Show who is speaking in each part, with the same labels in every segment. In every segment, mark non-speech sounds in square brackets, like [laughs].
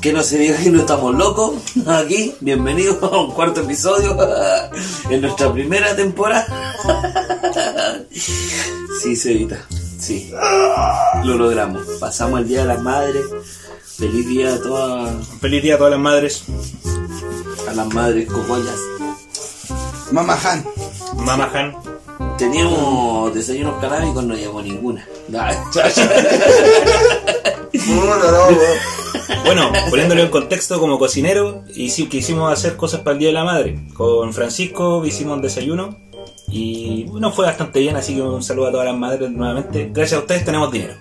Speaker 1: Que no se diga que no estamos locos [laughs] aquí. Bienvenidos a un cuarto episodio [laughs] en nuestra primera temporada. [laughs] Sí, Cevita, sí. Lo logramos. Pasamos el Día de las Madres. Feliz día a todas
Speaker 2: Feliz día a todas las madres.
Speaker 1: a las madres cogollas.
Speaker 3: Mamá Han.
Speaker 2: Mamá Han.
Speaker 1: Teníamos desayunos canábicos, no llevó ninguna. [laughs] Nah,
Speaker 3: [laughs]
Speaker 2: Bueno, poniéndolo en contexto como cocinero, hici- quisimos hacer cosas para el Día de la Madre. Con Francisco hicimos un desayuno y nos fue bastante bien, así que un saludo a todas las madres nuevamente. Gracias a ustedes tenemos dinero.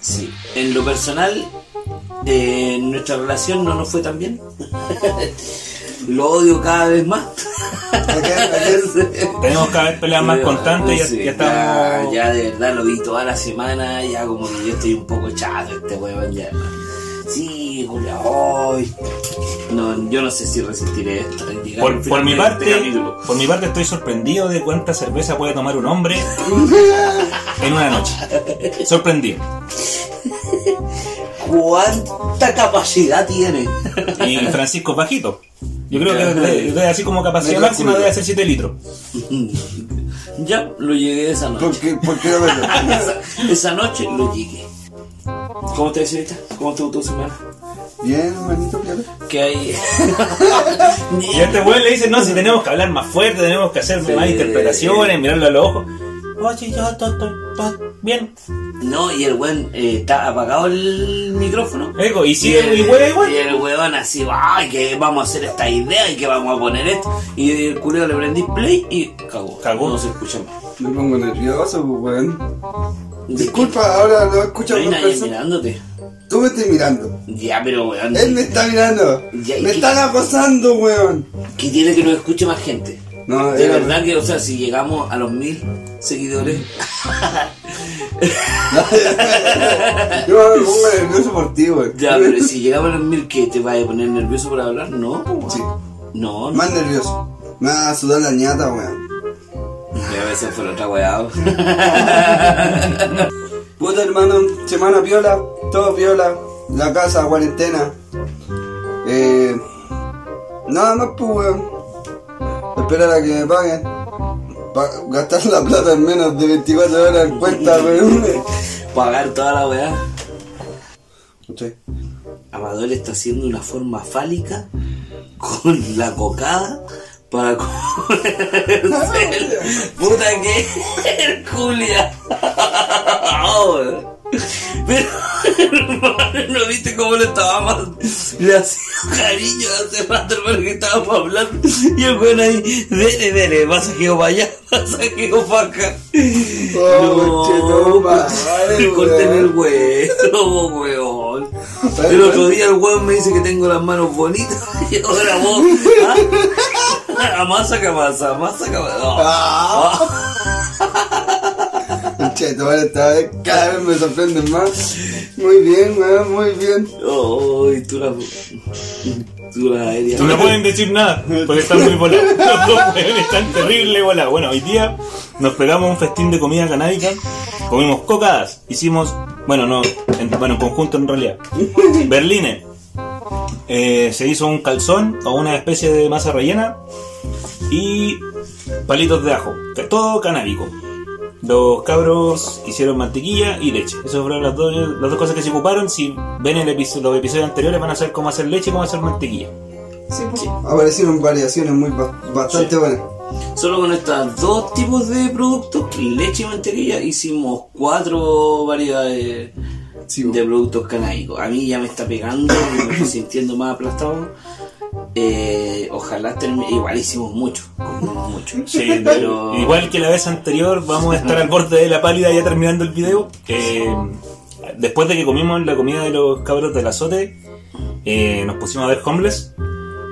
Speaker 1: Sí. En lo personal, eh, nuestra relación no nos fue tan bien. [laughs] Lo odio cada vez más. [laughs]
Speaker 2: Tenemos cada vez peleas más constantes, ya,
Speaker 1: Sí,
Speaker 2: ya estamos...
Speaker 1: Ya, ya de verdad lo vi toda la semana, ya como que yo estoy un poco chato de este huevón ya. Sí, Julia, hoy. No, yo no sé si resistiré esto. llegar al
Speaker 2: Por,
Speaker 1: final
Speaker 2: por mi
Speaker 1: de
Speaker 2: parte,
Speaker 1: este capítulo.
Speaker 2: por mi parte estoy sorprendido de cuánta cerveza puede tomar
Speaker 1: [laughs]
Speaker 2: un hombre en una noche. Sorprendido.
Speaker 1: ¿Cuánta capacidad tiene?
Speaker 2: Y Francisco es bajito. Yo creo que
Speaker 1: Ya.
Speaker 2: debe- debe- así como capacidad
Speaker 1: Me
Speaker 2: máxima
Speaker 1: calculo.
Speaker 2: debe ser 7 litros.
Speaker 1: ya lo llegué esa
Speaker 3: ¿Por
Speaker 1: noche.
Speaker 3: qué, por qué no me lo-
Speaker 1: Esa, esa noche lo llegué. ¿Cómo te señorita? ¿Cómo estuvo tu semana?
Speaker 3: Bien, hermanito, ya ves.
Speaker 1: Que hay.
Speaker 2: Y este weón le dice, no, si tenemos que hablar más fuerte, tenemos que hacer
Speaker 1: Sí.
Speaker 2: más interpretaciones, mirarlo a los ojos. Oye, yo to- to- to- bien.
Speaker 1: No, y el weón eh, está apagado el micrófono.
Speaker 2: Ego, y
Speaker 1: Y
Speaker 2: sigue
Speaker 1: el-
Speaker 2: y huele igual.
Speaker 1: Y el weón así, ay, que vamos a hacer esta idea y que vamos a poner esto. Y el culero le prendí play y cagó.
Speaker 2: Cagó.
Speaker 1: No se escucha más.
Speaker 3: Me pongo nervioso, pues, weón. Disculpa, ahora lo escucho
Speaker 1: No hay
Speaker 3: otra
Speaker 1: nadie
Speaker 3: persona.
Speaker 1: mirándote.
Speaker 3: Tú me estás mirando.
Speaker 1: Ya, pero weón.
Speaker 3: Él me está mirando.
Speaker 1: Mm. Ya, ¿y
Speaker 3: me
Speaker 1: qué?
Speaker 3: están acosando, weón.
Speaker 1: Que tiene que nos escuche más gente.
Speaker 3: No, eh,
Speaker 1: de
Speaker 3: era-
Speaker 1: verdad que, o sea, si llegamos a los mil seguidores,
Speaker 3: Yo [laughs] me pongo nervioso por ti, weón.
Speaker 1: ya,
Speaker 3: [laughs]
Speaker 1: pero si llegamos a los mil, ¿qué? ¿Te vas a poner nervioso por hablar? No, po,
Speaker 3: Sí.
Speaker 1: no, no.
Speaker 3: Más nervioso. Me va a sudar la ñata, weón.
Speaker 1: Y a veces fue la otra weá.
Speaker 3: Puta hermano, semana piola, todo piola, la casa, cuarentena. Eh, nada más pues weón. Esperar a que me paguen. Pa gastar la plata en menos de 24 horas en cuenta, weón.
Speaker 1: [laughs] Pagar toda la weá.
Speaker 3: Sí.
Speaker 1: Amador está haciendo una forma fálica con la cocada para [laughs] comerse el- puta que [laughs] el Julia. Oh, Pero no viste cómo le estábamos le hacía cariño hace rato hermano que estábamos hablando y el weón ahí dele dele pasajeo para allá [laughs] pasajeo para acá
Speaker 3: Oh, conchetumare,
Speaker 1: no, corten [laughs] el hueso
Speaker 3: weón.
Speaker 1: weón el otro día el weón me dice que tengo las manos bonitas [laughs] y ahora vos. ¿ah? [laughs] Amasa que amasa, amasa que amasa. No.
Speaker 3: Ah. Cheto, vale, esta vez cada vez me sorprenden más. Muy bien, weón, muy bien.
Speaker 1: Oh, y tú la. Tú la aérea.
Speaker 2: No
Speaker 1: [laughs]
Speaker 2: pueden decir nada, porque están muy volados. [laughs] Los dos weones están terrible volados. Bueno, hoy día nos pegamos un festín de comida canábica, comimos cocadas, hicimos, bueno, no, en, bueno, en conjunto en realidad. Berlines. Eh, se hizo un calzón o una especie de masa rellena y palitos de ajo. Todo canábico. Los cabros hicieron mantequilla y leche. Esas fueron las dos, las dos cosas que se ocuparon. Si ven el episo- los episodios anteriores van a saber cómo hacer leche y cómo hacer mantequilla.
Speaker 3: Aparecieron variaciones muy ba- bastante
Speaker 1: Sí.
Speaker 3: buenas.
Speaker 1: Solo con estos dos tipos de productos, leche y mantequilla, hicimos cuatro variedades
Speaker 3: Sí,
Speaker 1: de productos canábicos. A mí ya me está pegando, me estoy sintiendo más aplastado. Eh, ojalá termine. Igual hicimos mucho, comimos mucho.
Speaker 2: Sí,
Speaker 1: pero-
Speaker 2: Igual que la vez anterior, vamos a estar al borde de la pálida ya terminando el video. Eh, después de que comimos la comida de los cabros del azote, eh, nos pusimos a ver Homeless.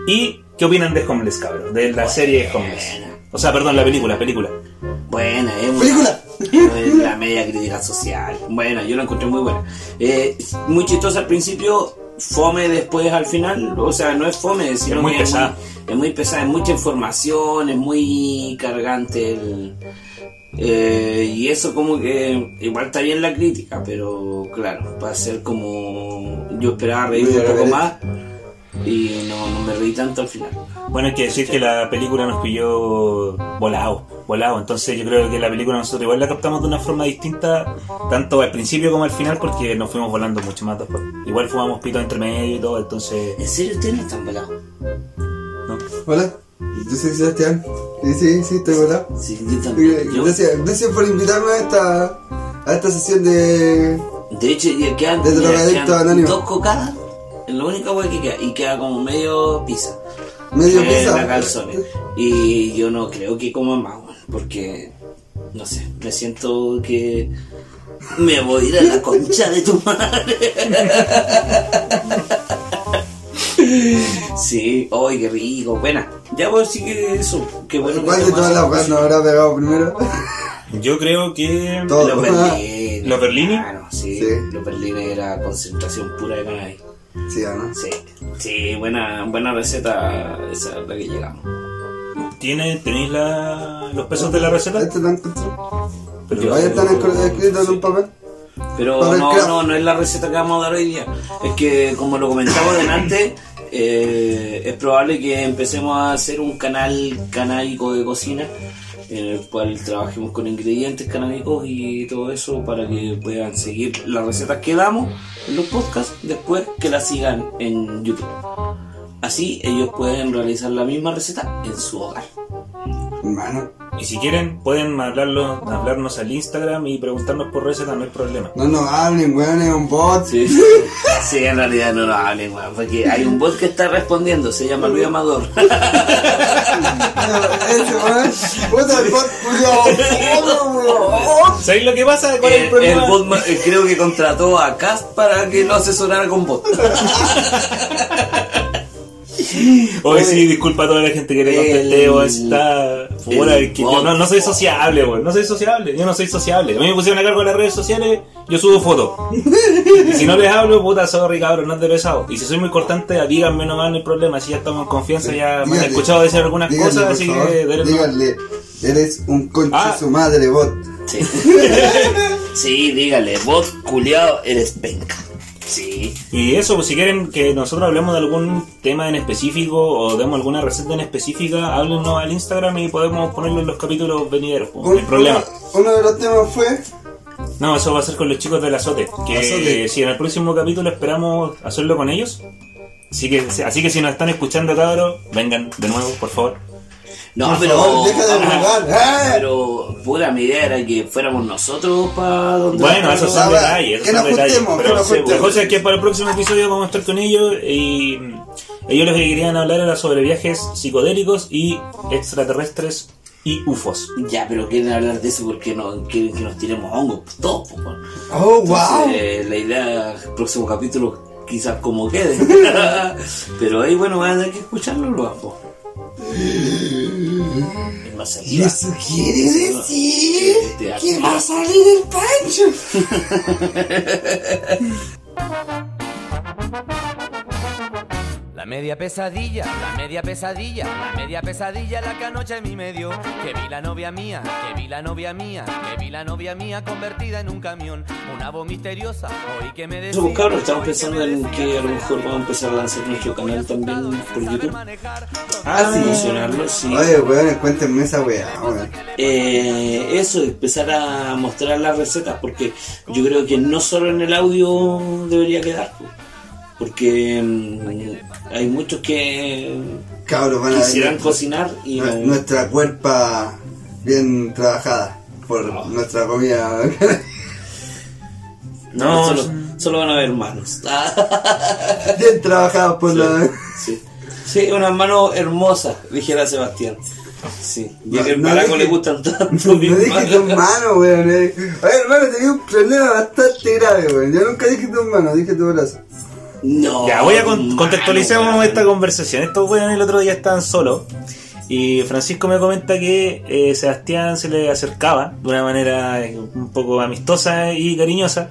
Speaker 2: ¿Y qué opinan de Homeless, cabros? De la serie Homeless. O sea, perdón, la película, película.
Speaker 1: Buena, es una-
Speaker 3: ¡Película!
Speaker 1: es la media crítica social. Buena, yo la encontré muy buena. Eh, muy chistosa al principio, fome después al final. O sea, no es fome, sino
Speaker 2: muy
Speaker 1: que
Speaker 2: pesada.
Speaker 1: Es muy, es muy pesada, es mucha información, es muy cargante. el- eh, y eso como que igual está bien la crítica, pero claro, va a ser como... Yo esperaba reírme
Speaker 3: Muy
Speaker 1: un poco
Speaker 3: irreverente.
Speaker 1: más y no, no me reí tanto al final.
Speaker 2: Bueno, hay que decir que la película nos pilló volado, volado. Entonces yo creo que la película nosotros igual la captamos de una forma distinta, tanto al principio como al final, porque nos fuimos volando mucho más después. Igual fumamos pito entre medio y todo, entonces...
Speaker 1: ¿En serio ustedes no están volados?
Speaker 2: ¿no?
Speaker 3: Hola, yo soy Sebastián. Y sí, sí, estoy volado.
Speaker 1: Sí, yo
Speaker 3: Eh,
Speaker 1: también. Yo-
Speaker 3: Gracias, gracias por invitarme a esta, a esta sesión de.
Speaker 1: De hecho, ya quedan,
Speaker 3: De
Speaker 1: ya
Speaker 3: drogadicto
Speaker 1: quedan
Speaker 3: anónimo.
Speaker 1: dos cocadas, es la única hueá que queda, y queda como medio pizza.
Speaker 3: Medio
Speaker 1: Eh,
Speaker 3: pizza.
Speaker 1: La calzone. Y yo no creo que coma más, weón, porque, no sé, me siento que me voy a ir a la concha de tu madre. [laughs] Sí, hoy qué rico, buena. Ya pues sí que eso, qué bueno. que
Speaker 3: ¿Cuál de
Speaker 1: tomas
Speaker 3: todas las
Speaker 1: esa
Speaker 3: weas nos habrá pegado primero? [laughs]
Speaker 2: Yo creo que...
Speaker 3: Todo.
Speaker 1: Los berlines.
Speaker 2: ¿Los berlines?
Speaker 1: Claro, sí.
Speaker 3: Sí.
Speaker 1: Los berlines era concentración pura de cannabis.
Speaker 3: sí, ¿o no?
Speaker 1: Sí. Sí, buena, buena receta esa es la que llegamos.
Speaker 2: ¿Tiene, ¿Tenéis la- los pesos de la receta?
Speaker 3: Este lo encontré.
Speaker 2: Pero-
Speaker 3: Ahí están escri- escritos en un papel.
Speaker 1: Pero
Speaker 3: Para el
Speaker 1: no,
Speaker 3: craft.
Speaker 1: no, no es la receta que vamos a dar hoy día. Es que, como lo comentaba delante, eh, es probable que empecemos a hacer un canal canábico de cocina en el cual trabajemos con ingredientes canábicos y todo eso para que puedan seguir las recetas que damos en los podcasts después que las sigan en YouTube. Así ellos pueden realizar la misma receta en su hogar.
Speaker 3: Hermano,
Speaker 2: Y si quieren, pueden hablarlo, hablarnos al Instagram y preguntarnos por receta, no hay problema.
Speaker 3: no nos hablen, weón, es un bot.
Speaker 1: Sí, sí, en realidad no lo hablen, weón, porque hay un bot que está respondiendo, se llama Luis Amador.
Speaker 3: [laughs] Ese weón. Puta el bot,
Speaker 2: [laughs]
Speaker 3: culiao, weón.
Speaker 2: ¿Sabéis lo que pasa? ¿Cuál es el
Speaker 1: El, el
Speaker 2: problema?
Speaker 1: bot ma- eh, creo que contrató a Cast para que lo asesorara con
Speaker 3: [laughs]
Speaker 1: bot.
Speaker 2: Oye, sí, disculpa a toda la gente que le contesté,
Speaker 1: El-
Speaker 2: o está fuera
Speaker 1: el
Speaker 2: de que yo no, no soy sociable, güey. No soy sociable, yo no soy sociable. A mí me pusieron a cargo de las redes sociales, yo subo
Speaker 3: [laughs]
Speaker 2: fotos. Y si no les hablo, puta, sorry, cabrón, no es de pesado. Y si soy muy cortante, díganme nomás, no hay problema. Si ya estamos en confianza, ya me han
Speaker 3: Díganle.
Speaker 2: escuchado decir algunas
Speaker 3: Díganle,
Speaker 2: cosas,
Speaker 3: por
Speaker 2: así
Speaker 3: favor,
Speaker 2: que denle nomás.
Speaker 3: Díganle, eres un concha
Speaker 2: Ah.
Speaker 3: de su madre, bot.
Speaker 1: Sí. Sí, dígale, bot culiado, eres penca. Sí.
Speaker 2: Y eso, pues, si quieren que nosotros hablemos de algún tema en específico o demos alguna receta en específica, háblenos al Instagram y podemos ponerlo en los capítulos venideros. pues, no hay
Speaker 3: Un-
Speaker 2: problema.
Speaker 3: Uno de los temas fue.
Speaker 2: No, eso va a ser con los chicos del azote. Que
Speaker 3: Azote.
Speaker 2: si en el próximo capítulo esperamos hacerlo con ellos. Así que, así que si nos están escuchando, cabros, vengan de nuevo, por favor.
Speaker 1: No,
Speaker 3: por
Speaker 1: pero.
Speaker 3: favor, deja de jugar. ¡Eh!
Speaker 1: Pero pura mi idea era que fuéramos nosotros para donde.
Speaker 2: Bueno, esos son
Speaker 3: Ahora,
Speaker 2: detalles. Esos
Speaker 3: que
Speaker 2: son
Speaker 3: nos
Speaker 2: detalles.
Speaker 3: juntemos, que
Speaker 2: Pero
Speaker 3: nos
Speaker 2: sí, la
Speaker 3: juntemos.
Speaker 2: cosa es que para el próximo episodio vamos a estar con ellos y mm, ellos lo que querían hablar era sobre viajes psicodélicos y extraterrestres y UFOs.
Speaker 1: Ya, pero quieren hablar de eso porque no quieren que nos tiremos hongos. Todos, po, weón.
Speaker 3: Oh, wow.
Speaker 1: Entonces, eh, la idea, el próximo capítulo, quizás como [laughs] quede. Pero ahí, bueno, van a tener que escucharlo, lo hago. Es más
Speaker 3: ¿Y
Speaker 1: saliva.
Speaker 3: eso quiere decir
Speaker 1: Te
Speaker 3: que
Speaker 1: asco.
Speaker 3: va a salir el pancho?
Speaker 4: La media pesadilla, la media pesadilla, la media pesadilla la que anoche me medio Que vi la novia mía, que vi la novia mía, que vi la novia mía convertida en un camión Una voz misteriosa, oí que me decía
Speaker 1: Eso, pues, cabros, estamos pensando en que a lo mejor vamos a empezar a lanzar nuestro canal también por YouTube.
Speaker 3: Ah, sí.
Speaker 1: Promocionarlo, sí.
Speaker 3: Oye, weón, cuéntenme esa weá, weón.
Speaker 1: Eh, eso, empezar a mostrar las recetas, porque yo creo que no solo en el audio debería quedar, pues, porque mm, hay muchos que
Speaker 3: Cabros, van a
Speaker 1: quisieran
Speaker 3: ver
Speaker 1: cocinar y no.
Speaker 3: nuestra cuerpa bien trabajada por nuestra comida.
Speaker 1: No,
Speaker 2: No,
Speaker 1: solo, solo van a ver manos.
Speaker 3: [laughs]
Speaker 1: [laughs] Ah,
Speaker 3: bien trabajada por la...
Speaker 1: sí. sí, unas manos hermosas, dijera Sebastián. Sí, ya
Speaker 3: No,
Speaker 1: que al
Speaker 3: no
Speaker 1: Paraco
Speaker 3: dije-
Speaker 1: le gustan tanto
Speaker 3: [laughs] No
Speaker 1: mis
Speaker 3: dije
Speaker 1: manos.
Speaker 3: tus manos, weón. eh. Oye, hermano, tenía un problema bastante grave, weón. Yo nunca dije tus manos, dije tu brazo.
Speaker 1: No,
Speaker 2: Ya, voy a con-
Speaker 3: Oh,
Speaker 1: mano,
Speaker 2: contextualizar
Speaker 1: weón.
Speaker 2: esta conversación. Estos weones el otro día estaban solos. Y Francisco me comenta que eh, Sebastián se le acercaba de una manera eh, un poco amistosa y cariñosa.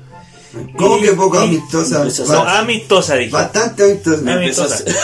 Speaker 3: ¿Cómo
Speaker 2: Y-
Speaker 3: que poco
Speaker 2: y-
Speaker 3: amistosa?
Speaker 1: empezó a
Speaker 2: No,
Speaker 3: Ba-
Speaker 2: amistosa, dije.
Speaker 3: Bastante amistosa.
Speaker 2: Ami-
Speaker 1: Empezó a ser-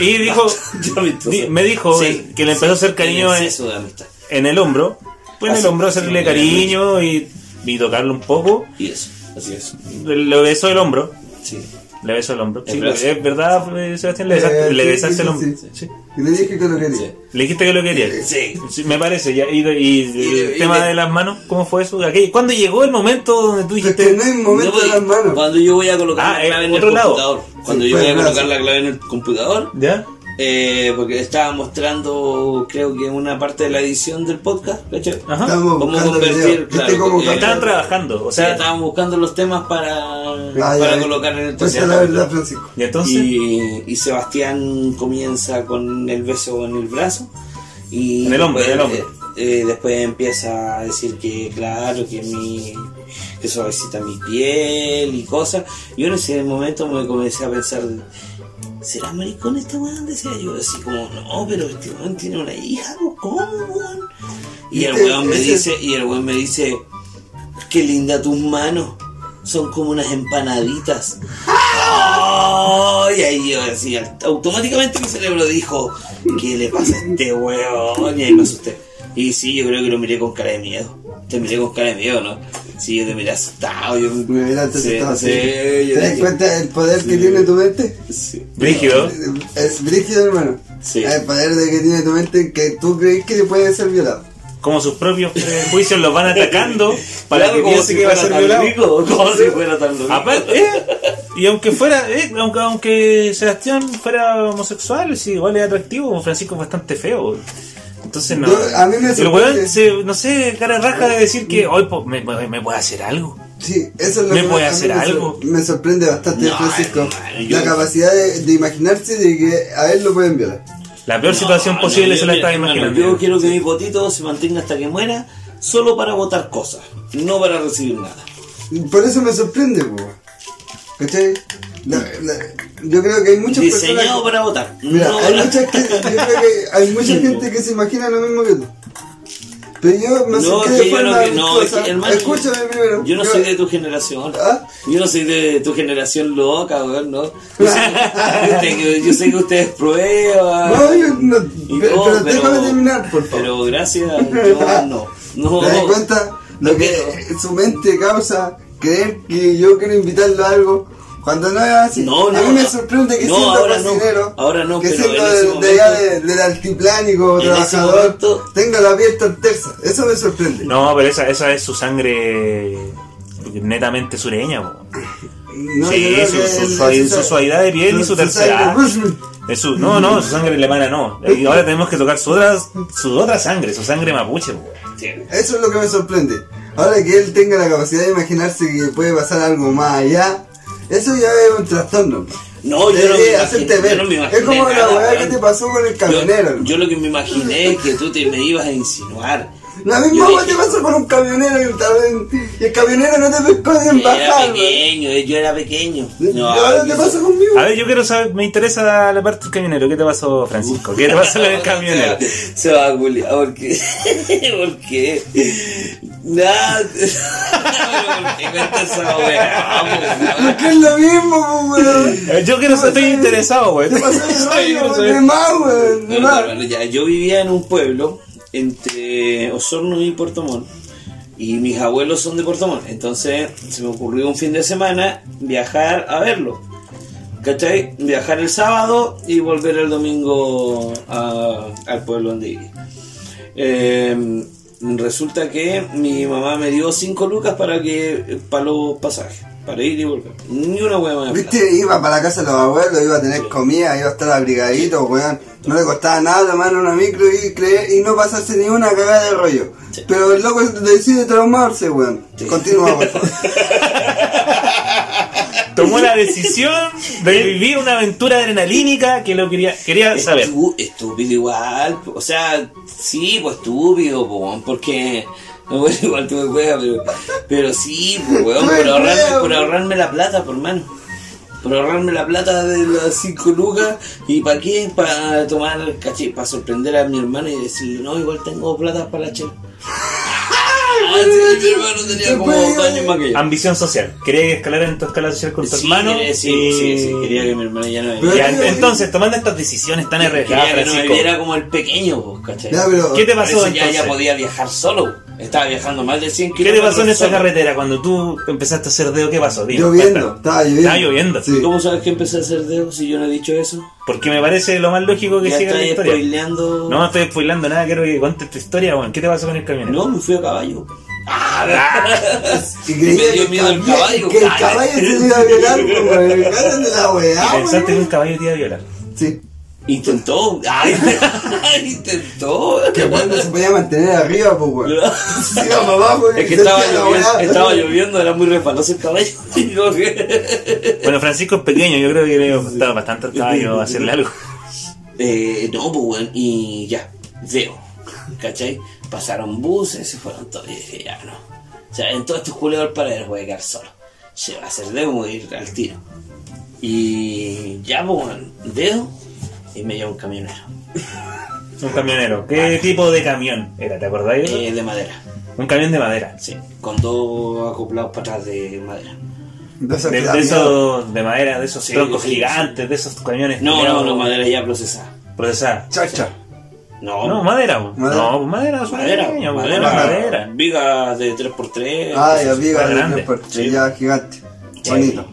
Speaker 2: Y
Speaker 1: [laughs]
Speaker 2: dijo,
Speaker 1: Bastante amistosa.
Speaker 2: di- me dijo
Speaker 1: Sí,
Speaker 2: que le empezó a hacer cariño
Speaker 1: en
Speaker 2: en,
Speaker 1: exceso de amistad.
Speaker 2: en el hombro. Pues en el
Speaker 1: Así,
Speaker 2: hombro
Speaker 1: así
Speaker 2: hacerle
Speaker 1: lo que
Speaker 2: cariño y, y tocarlo un poco.
Speaker 1: Y eso, así es.
Speaker 2: Le besó el hombro.
Speaker 1: Sí.
Speaker 2: Le besó el hombro.
Speaker 1: El
Speaker 2: Sí,
Speaker 1: brazo.
Speaker 2: es verdad, eh, Sebastián, le
Speaker 3: Eh,
Speaker 2: besaste, le
Speaker 3: sí,
Speaker 2: besaste
Speaker 3: sí,
Speaker 2: el
Speaker 3: sí,
Speaker 2: hombro.
Speaker 3: sí.
Speaker 2: Sí.
Speaker 3: Y le dije que lo quería.
Speaker 1: Sí.
Speaker 2: Le dijiste que lo querías.
Speaker 1: Sí.
Speaker 2: Sí, me parece, ya. Y, y- y
Speaker 1: Y
Speaker 2: el
Speaker 1: de-
Speaker 2: tema
Speaker 1: y de-
Speaker 2: de las manos, ¿cómo fue eso? Aquello- ¿Cuándo llegó el momento donde tú
Speaker 3: Es que
Speaker 2: dijiste,
Speaker 3: no hay momento
Speaker 1: Yo
Speaker 3: de
Speaker 1: voy-
Speaker 3: las manos.
Speaker 1: Cuando yo voy a colocar
Speaker 2: Ah,
Speaker 1: la
Speaker 2: eh,
Speaker 1: clave en el
Speaker 2: otro lado.
Speaker 1: computador. Cuando
Speaker 3: Sí,
Speaker 1: yo voy a
Speaker 3: pues,
Speaker 1: colocar
Speaker 3: gracias.
Speaker 1: la clave en el computador,
Speaker 2: ya?
Speaker 1: eh, porque estaba mostrando, creo que una parte de la edición del podcast, ¿cachai?
Speaker 2: Ajá.
Speaker 3: Estamos
Speaker 1: ¿Cómo
Speaker 3: buscando
Speaker 1: convertir?
Speaker 3: video.
Speaker 1: Claro,
Speaker 3: ¿Viste cómo
Speaker 1: eh,
Speaker 3: cambiar?
Speaker 2: Estaban trabajando, Ah, o
Speaker 1: O sea,
Speaker 2: sea,
Speaker 1: estábamos buscando los temas para,
Speaker 3: Ah, ya,
Speaker 1: para
Speaker 3: eh.
Speaker 1: colocar en el
Speaker 3: Pues
Speaker 1: tercer
Speaker 3: es la
Speaker 1: capítulo.
Speaker 3: verdad, Francisco.
Speaker 2: y entonces,
Speaker 1: Y, y Sebastián comienza con el beso en el brazo. Y
Speaker 2: En el hombro, en el
Speaker 1: después,
Speaker 2: hombro.
Speaker 1: eh, eh, después empieza a decir que, claro, que mi que suavecita mi piel y cosas. Y yo en ese momento me comencé a pensar: ¿será maricón este weón? Decía yo, así como, no, pero este weón tiene una hija, ¿no? ¿cómo, weón? Y el
Speaker 3: Este-
Speaker 1: weón me
Speaker 3: ese-
Speaker 1: dice: Y el weón me dice, qué linda tus manos. Son como unas empanaditas. Ay, ahí yo decía, automáticamente mi cerebro dijo, ¿qué le pasa a este huevón? Y ahí me asusté. Y sí, yo creo que lo miré con cara de miedo. Te miré con cara de miedo, ¿no? Sí, yo te miré asustado. Yo,
Speaker 3: Mira, antes
Speaker 1: Sí,
Speaker 3: estaba
Speaker 1: sí,
Speaker 3: así.
Speaker 1: yo
Speaker 3: ¿Te das
Speaker 1: dije-
Speaker 3: cuenta del poder que
Speaker 1: Sí.
Speaker 3: tiene tu mente?
Speaker 1: Sí.
Speaker 2: brígido,
Speaker 3: Es brígido, hermano.
Speaker 1: Sí.
Speaker 3: El poder de que tiene tu mente que tú crees que te puede ser violado.
Speaker 2: como sus propios prejuicios los van atacando para
Speaker 1: Claro,
Speaker 2: que
Speaker 1: como
Speaker 2: piense
Speaker 1: si
Speaker 2: que va a
Speaker 1: fuera
Speaker 2: ser
Speaker 1: tan
Speaker 2: violado.
Speaker 1: rico, como si fuera tan rico.
Speaker 2: Aparte, eh, y aunque fuera, eh, aunque, aunque Sebastián fuera homosexual, sí, igual es atractivo, Francisco es bastante feo. Entonces no.
Speaker 3: Yo- a mí me
Speaker 2: el
Speaker 3: sorprende.
Speaker 2: weón se, no sé, cara raja de decir que hoy po- me, me, me puede hacer algo.
Speaker 3: Sí, eso es lo
Speaker 2: ¿Me
Speaker 3: que
Speaker 2: puede
Speaker 3: a mí
Speaker 2: hacer
Speaker 3: me sor-
Speaker 2: algo?
Speaker 3: Me sorprende bastante,
Speaker 1: No,
Speaker 3: Francisco.
Speaker 1: hermano, yo-
Speaker 3: La capacidad de, de imaginarse de que a él lo pueden violar.
Speaker 2: La peor situación
Speaker 1: No,
Speaker 2: posible
Speaker 1: no, yo-
Speaker 2: se la
Speaker 1: mira,
Speaker 2: está
Speaker 1: hermano,
Speaker 2: imaginando.
Speaker 1: Yo quiero que mi potito se mantenga hasta que muera, solo para votar cosas, no para recibir nada.
Speaker 3: Por eso me sorprende, po. ¿Cachai? La- la- yo creo que hay muchas personas.
Speaker 1: Diseñado
Speaker 3: que-
Speaker 1: para votar.
Speaker 3: Mira,
Speaker 1: no
Speaker 3: hay
Speaker 1: para-
Speaker 3: muchas
Speaker 1: [laughs]
Speaker 3: que, yo creo que hay mucha gente que se imagina lo mismo que tú. Pero yo me
Speaker 1: No,
Speaker 3: acerqué
Speaker 1: es
Speaker 3: de
Speaker 1: que yo no,
Speaker 3: forma
Speaker 1: que- no, es que,
Speaker 3: amistosa.
Speaker 1: hermano,
Speaker 3: Escúchame primero.
Speaker 1: Yo no soy de tu generación.
Speaker 3: ¿Ah?
Speaker 1: Yo no soy de tu generación loca, weón, ¿no? Yo sé, yo sé que, [laughs] yo sé que ustedes prueban.
Speaker 3: No, yo no.
Speaker 1: y
Speaker 3: pero
Speaker 1: todo,
Speaker 3: pero déjame terminar, por favor.
Speaker 1: Pero
Speaker 3: [laughs]
Speaker 1: gracias, yo no. No,
Speaker 3: ¿Te das cuenta? Lo
Speaker 1: No
Speaker 3: que
Speaker 1: quiero.
Speaker 3: su mente causa creer que yo quiero invitarlo a algo cuando no es así.
Speaker 1: No, no,
Speaker 3: a mí me
Speaker 1: no.
Speaker 3: sorprende que
Speaker 1: No,
Speaker 3: siendo
Speaker 1: ahora no.
Speaker 3: cocinero,
Speaker 1: Ahora no,
Speaker 3: que
Speaker 1: pero
Speaker 3: siendo
Speaker 1: en ese
Speaker 3: de- de allá
Speaker 1: momento-
Speaker 3: de- del altiplánico,
Speaker 1: En ese
Speaker 3: trabajador,
Speaker 1: momento-
Speaker 3: tenga la piel tan tersa. Eso me sorprende.
Speaker 2: No, pero esa, esa es su sangre netamente sureña. po.
Speaker 3: No,
Speaker 2: Sí,
Speaker 3: yo creo
Speaker 2: su-
Speaker 3: que
Speaker 2: su
Speaker 3: el-
Speaker 2: suavi-
Speaker 3: esa-
Speaker 2: su suavidad de piel y su tercera.
Speaker 3: sangre-
Speaker 2: Es su- no, no, su sangre alemana no. Y ahora tenemos que tocar su otra, su otra sangre, su sangre mapuche. po.
Speaker 3: Eso es lo que me sorprende. Ahora que él tenga la capacidad de imaginarse que puede pasar algo más allá, eso ya es un trastorno.
Speaker 1: No, yo no me
Speaker 3: Debería
Speaker 1: imagino-
Speaker 3: hacerte ver.
Speaker 1: yo no me imaginé
Speaker 3: es como la
Speaker 1: nada,
Speaker 3: weá que
Speaker 1: weón.
Speaker 3: te pasó con el camionero.
Speaker 1: Yo, yo lo que me imaginé es que tú te me ibas a insinuar.
Speaker 3: La misma
Speaker 1: Yo
Speaker 3: weá
Speaker 1: dije-
Speaker 3: te pasó con un camionero que estaba en- y el camionero no te pescó ni en
Speaker 1: Yo era
Speaker 3: bajar. weón.
Speaker 1: pequeño, eh, yo era pequeño.
Speaker 3: Y ahora te
Speaker 1: yo-
Speaker 3: pasa conmigo.
Speaker 1: [laughs]
Speaker 2: A ver, yo quiero saber, me interesa la parte del camionero. ¿Qué te pasó, Francisco? ¿Qué te pasó con el camionero?
Speaker 1: Se va a culiar, ¿por qué? [laughs] ¿Por qué? Nada. [laughs] ¿Por qué cuenta esa weá? po,
Speaker 3: Porque es lo mismo, pues, weón.
Speaker 2: Eh, Yo quiero, estoy interesado, güey.
Speaker 3: Te
Speaker 1: [laughs]
Speaker 3: pasó el
Speaker 2: Ay,
Speaker 3: rollo,
Speaker 2: no
Speaker 3: weón, de
Speaker 2: sé.
Speaker 3: más, weón, de
Speaker 1: No,
Speaker 3: más.
Speaker 1: no, no, ya, yo vivía en un pueblo entre Osorno y Puerto Montt. Y mis abuelos son de Puerto Montt. Entonces se me ocurrió un fin de semana viajar a verlo. ¿Cachai? Viajar el sábado y volver el domingo a- al pueblo donde vivía. Eh, resulta que mi mamá me dio 5 lucas para que para los pasajes, para ir y volver. Ni una hueá más. de plata.
Speaker 3: Viste, iba para la casa de los abuelos, iba a tener comida, iba a estar abrigadito, weón. No le costaba nada tomar una micro y creer y no pasarse ni una cagada de rollo.
Speaker 1: Sí.
Speaker 3: Pero el loco decide traumarse, weón.
Speaker 1: Sí.
Speaker 3: Continúa, por
Speaker 1: [laughs]
Speaker 3: favor.
Speaker 2: Tomó la decisión de vivir una aventura adrenalínica que lo quería,
Speaker 3: [laughs]
Speaker 2: quería saber.
Speaker 1: Estu- estúpido igual, o sea, sí, pues estúpido, po, weón, porque [laughs] bueno, igual tú me juegas, pero, pero sí, po, weón,
Speaker 3: Tú me
Speaker 1: por, ahorrarme,
Speaker 3: juegas,
Speaker 1: por
Speaker 3: weón.
Speaker 1: ahorrarme la plata, por mano. Por ahorrarme la plata de las 5 lucas y para qué, para
Speaker 3: [laughs]
Speaker 1: tomar caché, para sorprender a mi hermana y decirle, no, igual tengo plata para la chela. Ah, sí, mi hermano tenía como
Speaker 3: Después,
Speaker 1: dos años más que yo.
Speaker 2: Ambición social. Quería escalar en tu escala social Ah, con tu
Speaker 1: Sí,
Speaker 2: hermano.
Speaker 1: quería- sí,
Speaker 2: y-
Speaker 1: sí, sí, quería que mi hermano ya no me
Speaker 3: Pero-
Speaker 1: viera.
Speaker 2: Ya, ent- entonces, tomando estas decisiones tan arriesgadas,
Speaker 1: Quería que no me
Speaker 2: Francisco,
Speaker 1: viera como el pequeño, vos, ¿cachai?
Speaker 3: Ya, pero.
Speaker 2: ¿qué te
Speaker 1: Parece
Speaker 2: pasó
Speaker 1: ya, ya
Speaker 2: entonces?
Speaker 1: podía viajar solo. Estaba viajando más de 100
Speaker 2: ¿Qué te
Speaker 1: kilómetros.
Speaker 2: pasó en esa
Speaker 1: solo.
Speaker 2: carretera cuando tú empezaste a hacer dedo? ¿Qué pasó? Dime,
Speaker 3: Lloviendo,
Speaker 2: cuéntame.
Speaker 3: estaba lloviendo.
Speaker 2: Estaba lloviendo.
Speaker 3: Sí.
Speaker 1: ¿Cómo sabes que empecé a hacer dedos si yo no he dicho eso?
Speaker 2: Porque me parece lo más lógico que
Speaker 1: Ya
Speaker 2: siga la
Speaker 1: estoy
Speaker 2: historia.
Speaker 1: spoileando.
Speaker 2: No, no estoy spoilando nada, quiero que cuentes tu historia, weón. ¿Qué te pasó con el camionero?
Speaker 1: No, me fui a
Speaker 3: [laughs]
Speaker 1: caballo.
Speaker 3: Y
Speaker 1: Me dio
Speaker 3: creía que
Speaker 1: miedo el
Speaker 3: el caballo.
Speaker 1: caballo.
Speaker 3: Que el caballo se le iba a violar, güey.
Speaker 1: [laughs]
Speaker 3: Me cagan de la
Speaker 2: Y
Speaker 3: weá,
Speaker 2: pensaste que
Speaker 3: güey.
Speaker 2: un caballo te iba a violar.
Speaker 3: Sí.
Speaker 1: Intentó. Ay, [laughs] intentó.
Speaker 3: Que cuando se podía mantener arriba, pues, güey.
Speaker 1: [laughs]
Speaker 3: Se iba para abajo. y
Speaker 1: Es que
Speaker 3: se
Speaker 1: estaba
Speaker 3: hacía la
Speaker 1: lloviendo,
Speaker 3: weá.
Speaker 1: estaba lloviendo, era muy resbaloso el caballo. [laughs] Y no, que-
Speaker 2: Bueno, Francisco es pequeño, yo creo que le gustaba bastante al caballo hacerle algo. [laughs]
Speaker 1: Eh, no, pues weón, y ya, veo, ¿cachai? Pasaron buses, se fueron todos, y dije, ya no. O sea, en todo estos culeos al paradero voy a quedar solo. Se va a hacer dedo, voy a ir al tiro. Y ya, pues weón, dedo, y me lleva un camionero,
Speaker 2: Un camionero. ¿Qué tipo de camión era? ¿Te acordáis?
Speaker 1: eh, de madera,
Speaker 2: Un camión de madera.
Speaker 1: sí, con dos acoplados para atrás de madera.
Speaker 3: De
Speaker 2: De,
Speaker 3: esas que
Speaker 2: de
Speaker 3: da miedo.
Speaker 2: esos de madera, de esos
Speaker 1: Sí,
Speaker 2: troncos
Speaker 1: sí,
Speaker 2: gigantes, de esos camiones.
Speaker 1: No, no,
Speaker 2: culiados
Speaker 1: no, madera ya procesada.
Speaker 2: Procesada.
Speaker 3: Chacha.
Speaker 1: No,
Speaker 2: No, madera, weón.
Speaker 3: Madera.
Speaker 2: No, pues madera, es una
Speaker 1: madera,
Speaker 2: pequeña,
Speaker 1: madera, Ah,
Speaker 2: weón, madera, madera.
Speaker 1: viga de
Speaker 2: Eh,
Speaker 1: 3x3.
Speaker 3: Ay,
Speaker 1: cosas
Speaker 3: amiga,
Speaker 2: Más grande.
Speaker 3: de por-
Speaker 1: Sí.
Speaker 3: ya gigante.
Speaker 1: Sí.
Speaker 3: Bonito.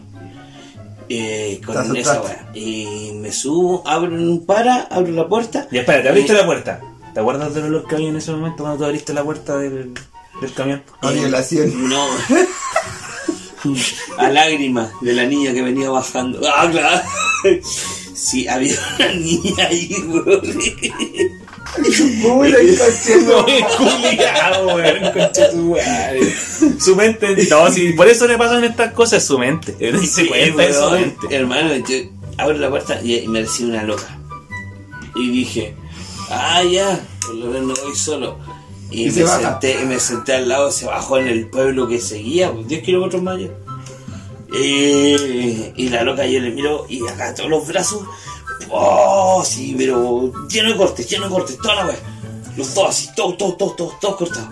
Speaker 1: Eh,
Speaker 3: Te
Speaker 1: con
Speaker 3: asustaste.
Speaker 1: esa weá. Y me subo, abro un para, abro la puerta.
Speaker 2: Y espérate, abriste la puerta. ¿Te acuerdas del olor que había en ese momento cuando tú abriste la puerta del, del camión?
Speaker 3: Con violación.
Speaker 1: No. [laughs] a lágrimas de la niña que venía bajando. Ah, claro. [laughs] Sí, había una niña ahí, weón.
Speaker 3: Uy, la está
Speaker 1: [laughs]
Speaker 3: haciendo.
Speaker 2: [laughs] Oye, culiao, weón, concha su madre. Su mente. No, si por eso le pasan estas cosas, su mente. Él [laughs] no se cuenta de su
Speaker 1: weón.
Speaker 2: mente.
Speaker 1: Hermano, yo abro la puerta y, y me recibe una loca. Y dije, ah, ya, por lo menos no voy solo. Y,
Speaker 3: Y se
Speaker 1: me,
Speaker 3: baja.
Speaker 1: senté, y me senté al lado, se bajó en el pueblo que seguía, pues, 10 kilómetros más allá. Eh, y la loca yo le miro y acá todos los brazos, oh, sí, pero lleno de cortes, lleno de cortes, toda la wea. Los dos así, todos, todos, todos, todos, todos cortados.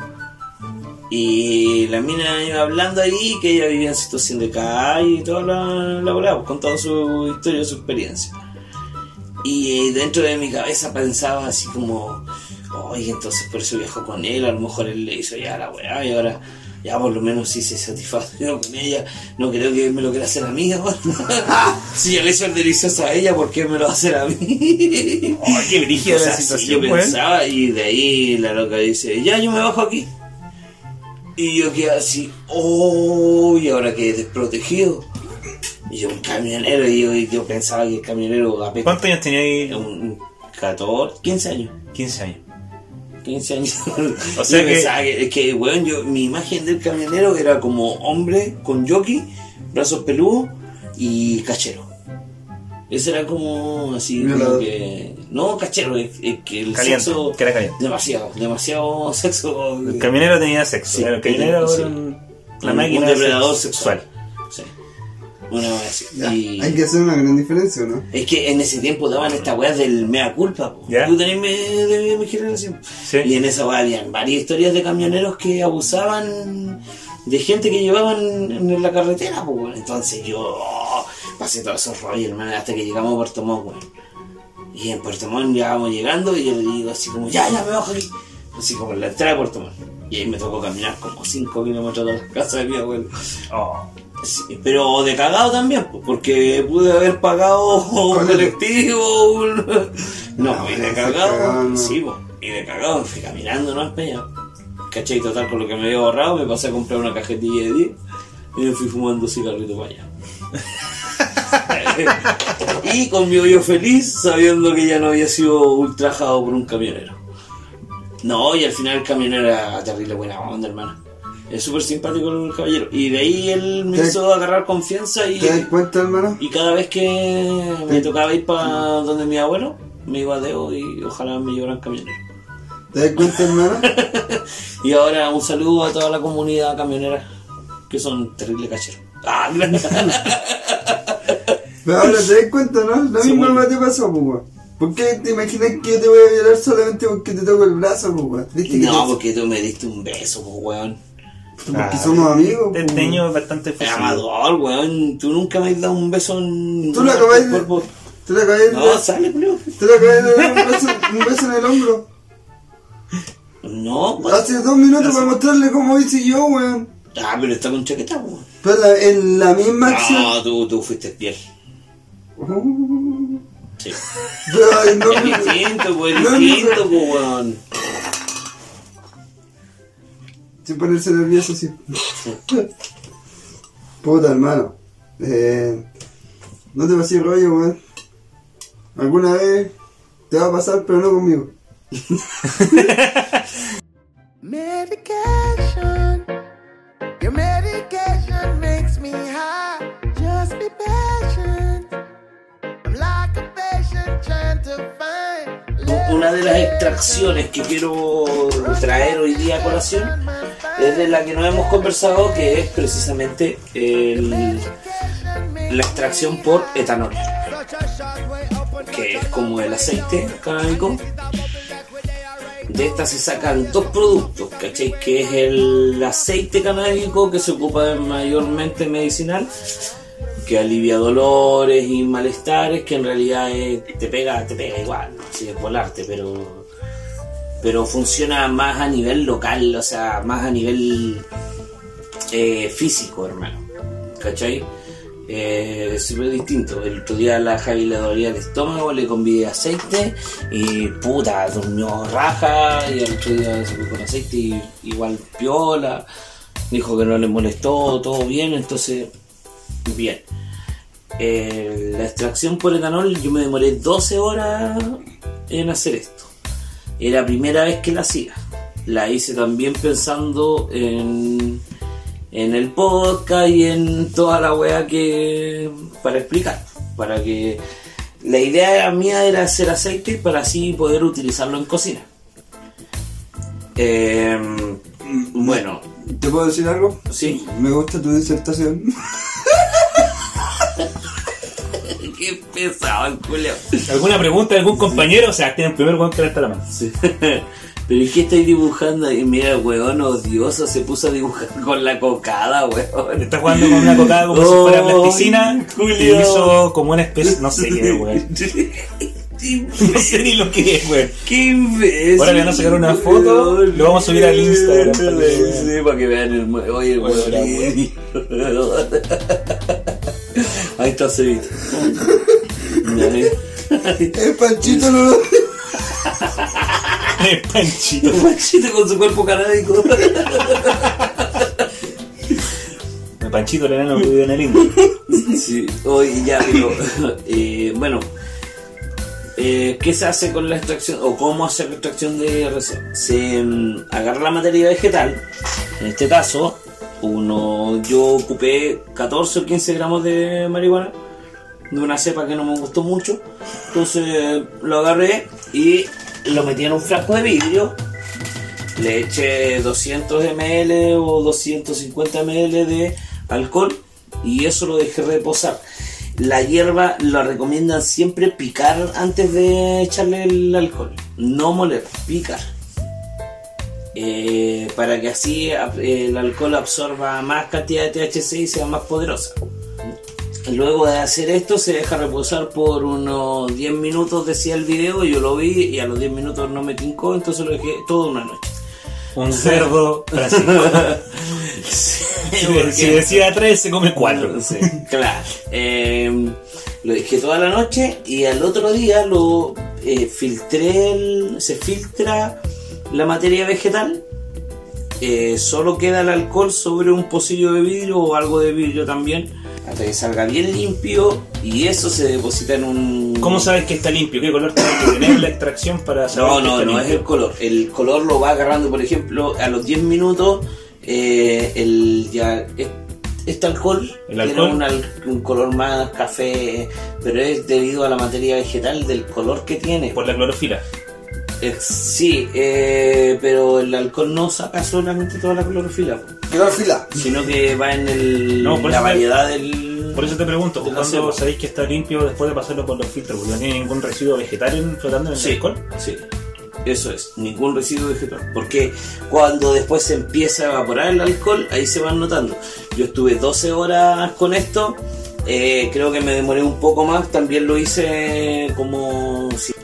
Speaker 1: Y la mina iba hablando ahí que ella vivía en situación de calle y toda la, la volada, con toda su historia, su experiencia. Y eh, dentro de mi cabeza pensaba así como, oye, entonces por eso viajó con él, a lo mejor él le hizo ya la weá y ahora ya por lo menos sí se satisfació con ella, no creo que me lo quiera hacer a mí ahora. [laughs] si yo le hice el delicioso a ella, ¿por qué me lo va a hacer a mí? [laughs]
Speaker 2: Ay, qué brígida
Speaker 1: O sea,
Speaker 2: la
Speaker 1: sí,
Speaker 2: situación,
Speaker 1: yo
Speaker 2: weón.
Speaker 1: pensaba y de ahí la loca dice, ya yo me bajo aquí. Y yo quedé así, oh, y ahora quedé desprotegido. Y yo un camionero, y yo, y yo pensaba que el camionero apesta
Speaker 2: ¿Cuántos años tenía ahí?
Speaker 1: un 14, 15 años.
Speaker 2: 15 años.
Speaker 1: 15 años.
Speaker 2: O sea
Speaker 1: Y
Speaker 2: que-
Speaker 1: pensaba que, es que, weón, yo, mi imagen del camionero era como hombre con jockey, brazos peludos y cachero. Ese era como así, como
Speaker 3: Violador.
Speaker 1: que. No, cachero, es, es que el
Speaker 2: Caliente,
Speaker 1: sexo.
Speaker 2: que era caliente.
Speaker 1: Demasiado, demasiado [laughs] sexo.
Speaker 2: El camionero tenía sexo.
Speaker 1: Sí,
Speaker 2: el camionero
Speaker 1: sí.
Speaker 2: era un, la
Speaker 1: Un-
Speaker 2: máquina
Speaker 1: un
Speaker 2: de
Speaker 1: depredador
Speaker 2: sex-
Speaker 1: sexual. Sí. Una vez así.
Speaker 3: Ya,
Speaker 1: Y-
Speaker 3: Hay que hacer una gran diferencia, ¿o ¿no?
Speaker 1: Es que en ese tiempo daban esta weá del mea culpa. po.
Speaker 2: Ya.
Speaker 1: Tú tenés me, de mi generación.
Speaker 2: Sí.
Speaker 1: Y en esa weá habían varias historias de camioneros que abusaban de gente que llevaban en la carretera. po, weón. Entonces yo oh, pasé todos esos rollos, hermano, hasta que llegamos a Puerto Montt. weón. Y en Puerto Montt ya vamos llegando y yo le digo así como, ya, ya me bajo aquí. Así como en la entrada de Puerto Montt. Y ahí me tocó caminar como 5 kilómetros de la casa de mi abuelo.
Speaker 2: Oh.
Speaker 1: Sí, pero de cagado también, po, porque pude haber pagado un
Speaker 3: Con el-
Speaker 1: colectivo. un- No,
Speaker 3: No,
Speaker 1: y de
Speaker 3: ese
Speaker 1: cagado,
Speaker 3: cagado no.
Speaker 1: sí, po, y de cagado, fui caminando, no peña. ¿Cachai? Total, con lo que me había ahorrado, me pasé a comprar una cajetilla de 10 y me fui fumando cigarrito para allá. y conmigo yo feliz, sabiendo que ya no había sido ultrajado por un camionero. No, y al final el camionero era terrible buena onda, hermano. Es súper simpático el caballero. Y de ahí él me
Speaker 3: ¿Te-
Speaker 1: hizo agarrar confianza y,
Speaker 3: ¿Te das cuenta, hermano?
Speaker 1: y cada vez que me tocaba ir para donde mi abuelo, me iba a Deo y ojalá me llevaran camionero.
Speaker 3: ¿Te das cuenta, hermano?
Speaker 1: Y ahora un saludo a toda la comunidad camionera, que son terrible cacheros. Ah, [laughs]
Speaker 3: Pero ahora te das cuenta, ¿no? Lo
Speaker 1: Sí,
Speaker 3: mismo
Speaker 1: bueno.
Speaker 3: no te pasó, pues, weón. ¿Por qué te imaginas que yo te voy a violar solamente porque te toco el brazo, pues, weón? ¿Viste que
Speaker 1: No,
Speaker 3: te-
Speaker 1: porque tú me diste un beso, pues, weón.
Speaker 3: porque somos amigos,
Speaker 2: Te
Speaker 3: pues,
Speaker 2: teño es bastante
Speaker 1: Es
Speaker 2: fácil.
Speaker 1: amador, weón. Tú nunca me has dado un beso en.
Speaker 3: Tú la
Speaker 1: en tu
Speaker 3: acabas de-
Speaker 1: cuerpo.
Speaker 3: Te la acabé de
Speaker 1: No, sale, culo.
Speaker 3: te la acabé de dar un beso, un beso en el hombro.
Speaker 1: No, pues.
Speaker 3: Hace dos minutos para mostrarle cómo hice yo, weón.
Speaker 1: Ah, pero está con chaqueta, weón.
Speaker 3: Pero la- en la misma acción.
Speaker 1: No, tú, tú fuiste piel. Sí.
Speaker 3: Pero, ay, no,
Speaker 1: Es
Speaker 3: me-
Speaker 1: distinto, weón.
Speaker 3: No,
Speaker 1: Es
Speaker 3: no,
Speaker 1: distinto, pues, weón.
Speaker 3: Sin ponerse nervioso, sí. Puta, hermano. Eh, no te pases rollo, weón. Alguna vez te va a pasar, pero no conmigo.
Speaker 5: Medication. Your medication makes me high. Just be patient. I'm like a patient trying to find.
Speaker 1: Una de las extracciones que quiero traer hoy día a colación es de la que no hemos conversado, que es precisamente el- la extracción por etanol, que es como el aceite canábico. De esta se sacan dos productos, ¿cachai? Que es el aceite canábico que se ocupa mayormente medicinal, que alivia dolores y malestares, que en realidad es- te pega, te pega igual, ¿no? así es volarte, pero pero funciona más a nivel local, o sea, más a nivel eh, físico, hermano. ¿Cachai? Eh, es súper distinto. El otro día la Javi le dolía el estómago, le convidé aceite y puta, durmió raja y el otro día se fue con aceite y igual piola. Dijo que no le molestó, todo bien, entonces, bien. Eh, la extracción por etanol, yo me demoré 12 horas en hacer esto. Era la primera vez que la hacía. La hice también pensando en, en el podcast y en toda la weá que. para explicar. Para que. La idea era- mía era hacer aceite para así poder utilizarlo en cocina. Em, bueno,
Speaker 3: ¿Te puedo decir algo?
Speaker 1: Sí.
Speaker 3: Me gusta tu
Speaker 1: [laughs]
Speaker 3: disertación. [laughs]
Speaker 1: qué pesado el culo.
Speaker 2: ¿Alguna pregunta de algún compañero? O sea, tienen primer weón que levanta la mano.
Speaker 1: Sí. [laughs] Pero ¿y qué estáis dibujando? Y mira, weón, odioso, se puso a dibujar con la cocada, weón.
Speaker 2: Está jugando con una cocada como si [laughs] fuera plasticina.
Speaker 1: Ay,
Speaker 2: Y
Speaker 1: Julio. [laughs]
Speaker 2: hizo como una especie. No sé qué, weón. [laughs] No sé ni lo que es, [laughs] weón.
Speaker 1: ¡Qué imbécil!
Speaker 2: Ahora le van a sacar una foto, lo vamos a subir al Instagram para que vean.
Speaker 1: Sí, para que vean el... mue- Oye, el
Speaker 2: Oye, la
Speaker 1: weón. [laughs] Ahí está
Speaker 2: [laughs]
Speaker 1: Cevita. eh.
Speaker 3: El panchito no lo.
Speaker 2: Es panchito.
Speaker 1: Panchito con su cuerpo canábico.
Speaker 2: El panchito le dan el video en el Instagram.
Speaker 1: Sí, oye, ya, pero eh, bueno, eh, ¿qué se hace con la extracción o cómo hacer la extracción de reserva? Se mm, agarra la materia vegetal, en este caso, uno, yo ocupé 14 o 15 gramos de marihuana, de una cepa que no me gustó mucho, entonces lo agarré y lo metí en un frasco de vidrio. Le eché 200 ml o 250 ml de alcohol y eso lo dejé reposar. La hierba la recomiendan siempre picar antes de echarle el alcohol. No moler, picar. Eh, para que así ab- el alcohol absorba más cantidad de THC y sea más poderosa. Luego de hacer esto se deja reposar por unos 10 minutos, decía el video, yo lo vi y a los 10 minutos no me tincó, entonces lo dejé toda una noche.
Speaker 2: [laughs] Un cerdo Francisco. Si,
Speaker 1: Porque-
Speaker 2: [laughs] si decía tres, se come cuatro.
Speaker 1: [laughs]
Speaker 2: [laughs]
Speaker 1: Sí, claro. Eh, lo dejé toda la noche y al otro día lo eh, filtré, el- se filtra la materia vegetal. Eh, solo queda el alcohol sobre un pocillo de vidrio o algo de vidrio también. Hasta que salga bien limpio y eso se deposita en un...
Speaker 2: ¿Cómo sabes que está limpio? ¿Qué color tiene que tener la extracción para saber
Speaker 1: No,
Speaker 2: que
Speaker 1: no,
Speaker 2: está
Speaker 1: no es
Speaker 2: limpio?
Speaker 1: el color. El color lo va agarrando, por ejemplo, a los 10 minutos, eh, el ya es- este alcohol,
Speaker 2: ¿El
Speaker 1: tiene
Speaker 2: alcohol?
Speaker 1: un, al- un color más café, pero es debido a la materia vegetal del color que tiene.
Speaker 2: Por la clorofila.
Speaker 1: Ex- sí, eh, pero el alcohol no saca solamente toda la clorofila,
Speaker 3: Quiero fila.
Speaker 1: sino que va en el-
Speaker 2: No, por
Speaker 1: la
Speaker 2: eso te-
Speaker 1: variedad del,
Speaker 2: Por eso te pregunto,
Speaker 1: De la
Speaker 2: ¿cuándo
Speaker 1: ceba.
Speaker 2: sabéis que está limpio después de pasarlo por los filtros? Porque no tiene ningún residuo vegetal en- flotando en el
Speaker 1: Sí,
Speaker 2: alcohol.
Speaker 1: sí. Eso es, ningún residuo vegetal. Porque cuando después se empieza a evaporar el alcohol, ahí se van notando. Yo estuve 12 horas con esto, eh, creo que me demoré un poco más, también lo hice como... si-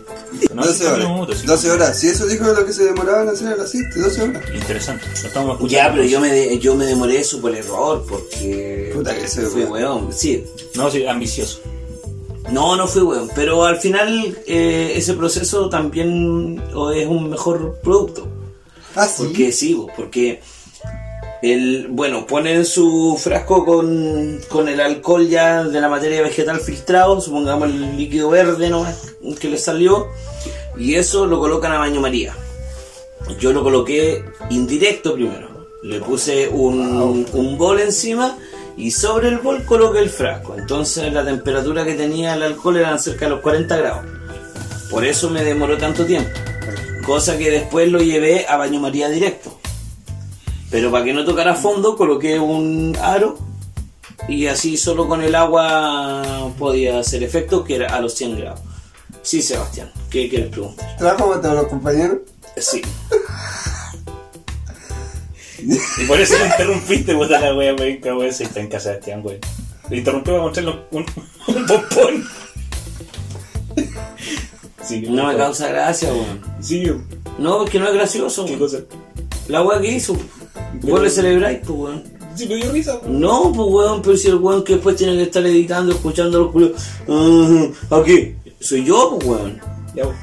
Speaker 2: No,
Speaker 3: 12
Speaker 2: cinco
Speaker 3: horas.
Speaker 2: minutos, sí.
Speaker 3: 12 horas. Si eso dijo lo que se demoraban en hacer el aceite, 12 horas.
Speaker 2: Interesante. Lo estamos escuchando.
Speaker 1: Ya, pero yo me, de- yo me demoré eso por error, porque...
Speaker 3: Puta que se
Speaker 1: fui
Speaker 3: weón.
Speaker 1: weón, sí.
Speaker 2: No, sí, ambicioso.
Speaker 1: No, no fui weón, pero al final eh, ese proceso también oh, es un mejor producto.
Speaker 3: Ah, sí.
Speaker 1: Porque sí, vos, porque el, bueno, ponen su frasco con, con el alcohol ya de la materia vegetal filtrado, supongamos el líquido verde nomás que le salió, y eso lo colocan a baño María. Yo lo coloqué indirecto primero. Le puse un, un bol encima y sobre el bol coloqué el frasco. Entonces la temperatura que tenía el alcohol eran cerca de los 40 grados. Por eso me demoró tanto tiempo. Cosa que después lo llevé a baño María directo. Pero para que no tocara fondo, coloqué un aro y así solo con el agua podía hacer efecto, que era a los 100 grados. Sí, Sebastián, ¿qué quieres preguntar?
Speaker 3: ¿Trabajo con todos los compañeros?
Speaker 2: Eh,
Speaker 1: Sí.
Speaker 2: Y por eso me interrumpiste, puta la wea, me venga, wea, si está en casa de Esteban, wey. Le interrumpí para mostrarle un, un pompón. Sigue,
Speaker 1: No me
Speaker 2: por favor.
Speaker 1: causa gracia, weón.
Speaker 2: Sigue,
Speaker 1: No, es que no es gracioso,
Speaker 2: qué
Speaker 1: weón.
Speaker 2: cosa.
Speaker 1: La weá que hizo. Vos le celebráis, pues, weón.
Speaker 2: Sí, me dio risa, wey.
Speaker 1: No, pues, weón, pero si el weón que después tiene que estar editando, escuchando los culos. Ujú, aquí. Soy yo, pues, weón.
Speaker 2: Ya, wey.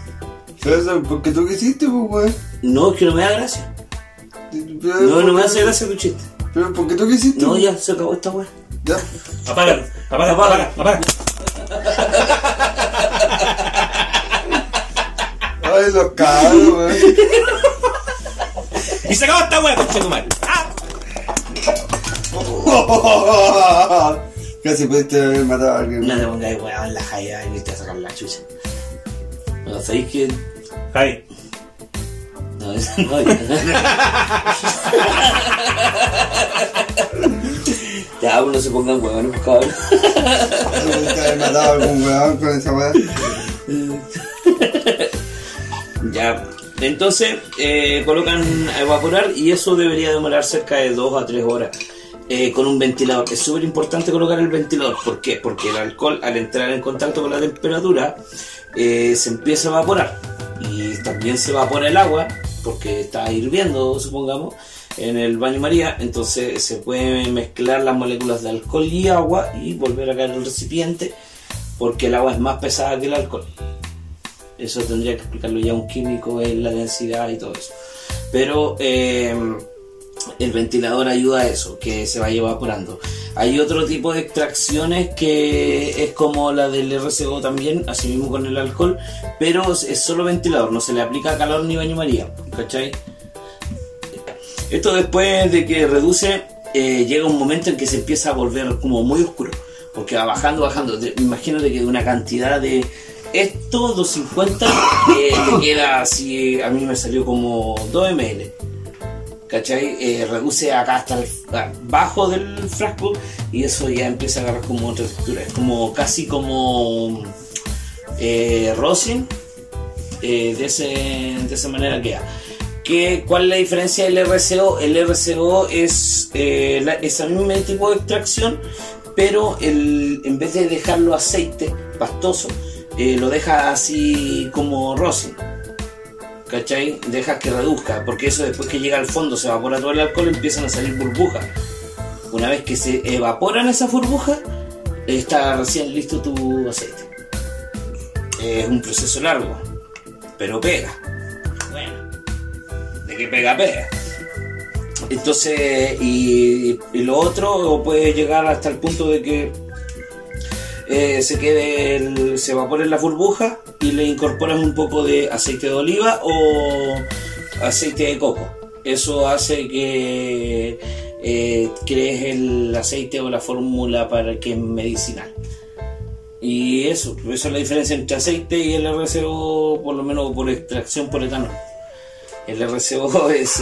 Speaker 3: Pero eso, porque tú quisiste, pues,
Speaker 1: No, es que no me da gracia.
Speaker 3: weón.
Speaker 1: No, no me hace gracia tu chiste.
Speaker 3: Pero porque tú quisiste. pues.
Speaker 1: No, ya, se acabó esta weá.
Speaker 3: Ya.
Speaker 2: Apágalo, apaga, apaga, apaga.
Speaker 3: Ay, los cabros, weón.
Speaker 2: Y se acabó esta wea, concha de tu madre. ¡Ah!
Speaker 3: [laughs] Casi pudiste haber matado a alguien.
Speaker 1: No te pongáis weón la jaya y te sacan la chucha. No, sabéis que.
Speaker 2: Javi,
Speaker 1: No, [laughs] es- no, ya. ya, uno se pongan weón, por favor.
Speaker 3: Pudiste haber matado a algún weón con esa weá.
Speaker 1: Ya. Entonces, eh, colocan a evaporar y eso debería demorar cerca de 2 a 3 horas eh, con un ventilador. Es súper importante colocar el ventilador. ¿Por qué? Porque el alcohol, al entrar en contacto con la temperatura, eh, se empieza a evaporar. Y también se evapora el agua, porque está hirviendo, supongamos, en el baño María. Entonces, se pueden mezclar las moléculas de alcohol y agua y volver a caer en el recipiente, porque el agua es más pesada que el alcohol. Eso tendría que explicarlo ya un químico en la densidad y todo eso. Pero eh, el ventilador ayuda a eso, que se vaya evaporando. Hay otro tipo de extracciones que es como la del RCO también, así mismo con el alcohol, pero es solo ventilador, no se le aplica calor ni baño María, ¿cachai? Esto después de que reduce, eh, llega un momento en que se empieza a volver como muy oscuro. Porque va bajando, bajando. De- imagínate que de una cantidad de esto, 250, eh, te queda así. A mí me salió como 2 ml. ¿Cachai? Eh, reduce acá hasta el, abajo del frasco y eso ya empieza a agarrar como otra textura. Es como casi como eh, rosin. eh, de, ese, de esa manera queda. ¿Qué- ¿Cuál es la diferencia del RCO? El RCO es eh, la- es el mismo tipo de extracción, pero el- en vez de dejarlo aceite pastoso, eh, lo deja así como rosin. ¿Cachai? Dejas que reduzca, porque eso después que llega al fondo, se evapora todo el alcohol, empiezan a salir burbujas. Una vez que se evaporan esas burbujas, está recién listo tu aceite. Es un proceso largo, pero pega. Bueno de que pega pega. Entonces, y, y lo otro puede llegar hasta el punto de que eh, se quede, el- se evapore la burbuja y le incorporas un poco de aceite de oliva o aceite de coco. Eso hace que eh, crees el aceite o la fórmula para que es medicinal. Y eso, esa es la diferencia entre aceite y el RCO, por lo menos por extracción por etanol. El RCO [laughs] es.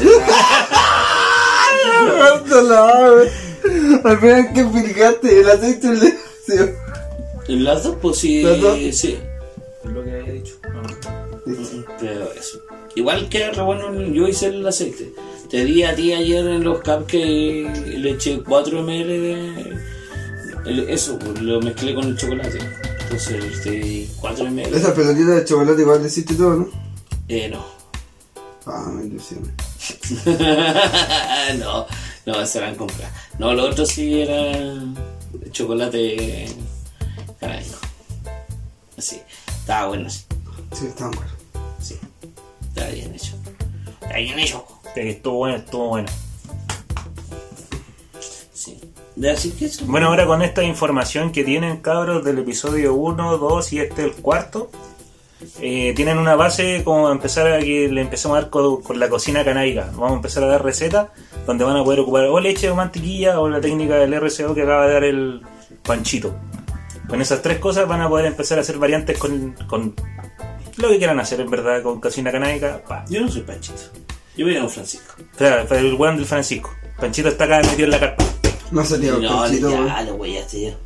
Speaker 3: Cuánto la ave. Al final que explicaste, el aceite le- tío.
Speaker 1: En las dos, pues sí.
Speaker 3: ¿Las dos?
Speaker 1: sí.
Speaker 2: Lo que había dicho.
Speaker 1: Pero eso. Igual que re bueno, yo hice el aceite. Te di a ti ayer en los cupcakes, le eché 4 ml de. el- eso, pues, lo mezclé con el chocolate. Entonces te di 4 ml.
Speaker 3: Esas pelotitas de chocolate igual le hiciste todo, ¿no?
Speaker 1: Eh, no. [laughs]
Speaker 3: Ah, me ilusioné.
Speaker 1: no, no, se la han comprado. No, lo otro sí era chocolate canábico. Así, estaba bueno, sí,
Speaker 3: Sí, estaban buenos.
Speaker 1: sí. Estaba bien hecho. Está bien hecho.
Speaker 2: Que estuvo bueno, estuvo bueno.
Speaker 1: Sí. De- Así que eso.
Speaker 2: Bueno, ahora con esta información que tienen, cabros, del episodio 1, 2 y este el cuarto, eh, tienen una base como empezar a que le empezamos a dar co- con la cocina canábica. Vamos a empezar a dar recetas donde van a poder ocupar o leche o mantequilla o la técnica del RCO que acaba de dar el panchito. Con esas tres cosas van a poder empezar a hacer variantes con, con lo que quieran hacer, en verdad, con cocina canábica. pa.
Speaker 1: Yo no soy panchito. Yo me llamo Francisco.
Speaker 2: Espera, espera, el weón del Francisco. Panchito está acá metido en la carpa.
Speaker 3: No salía
Speaker 1: No,
Speaker 3: un panchito, weón.
Speaker 1: ya, lo huellaste ya.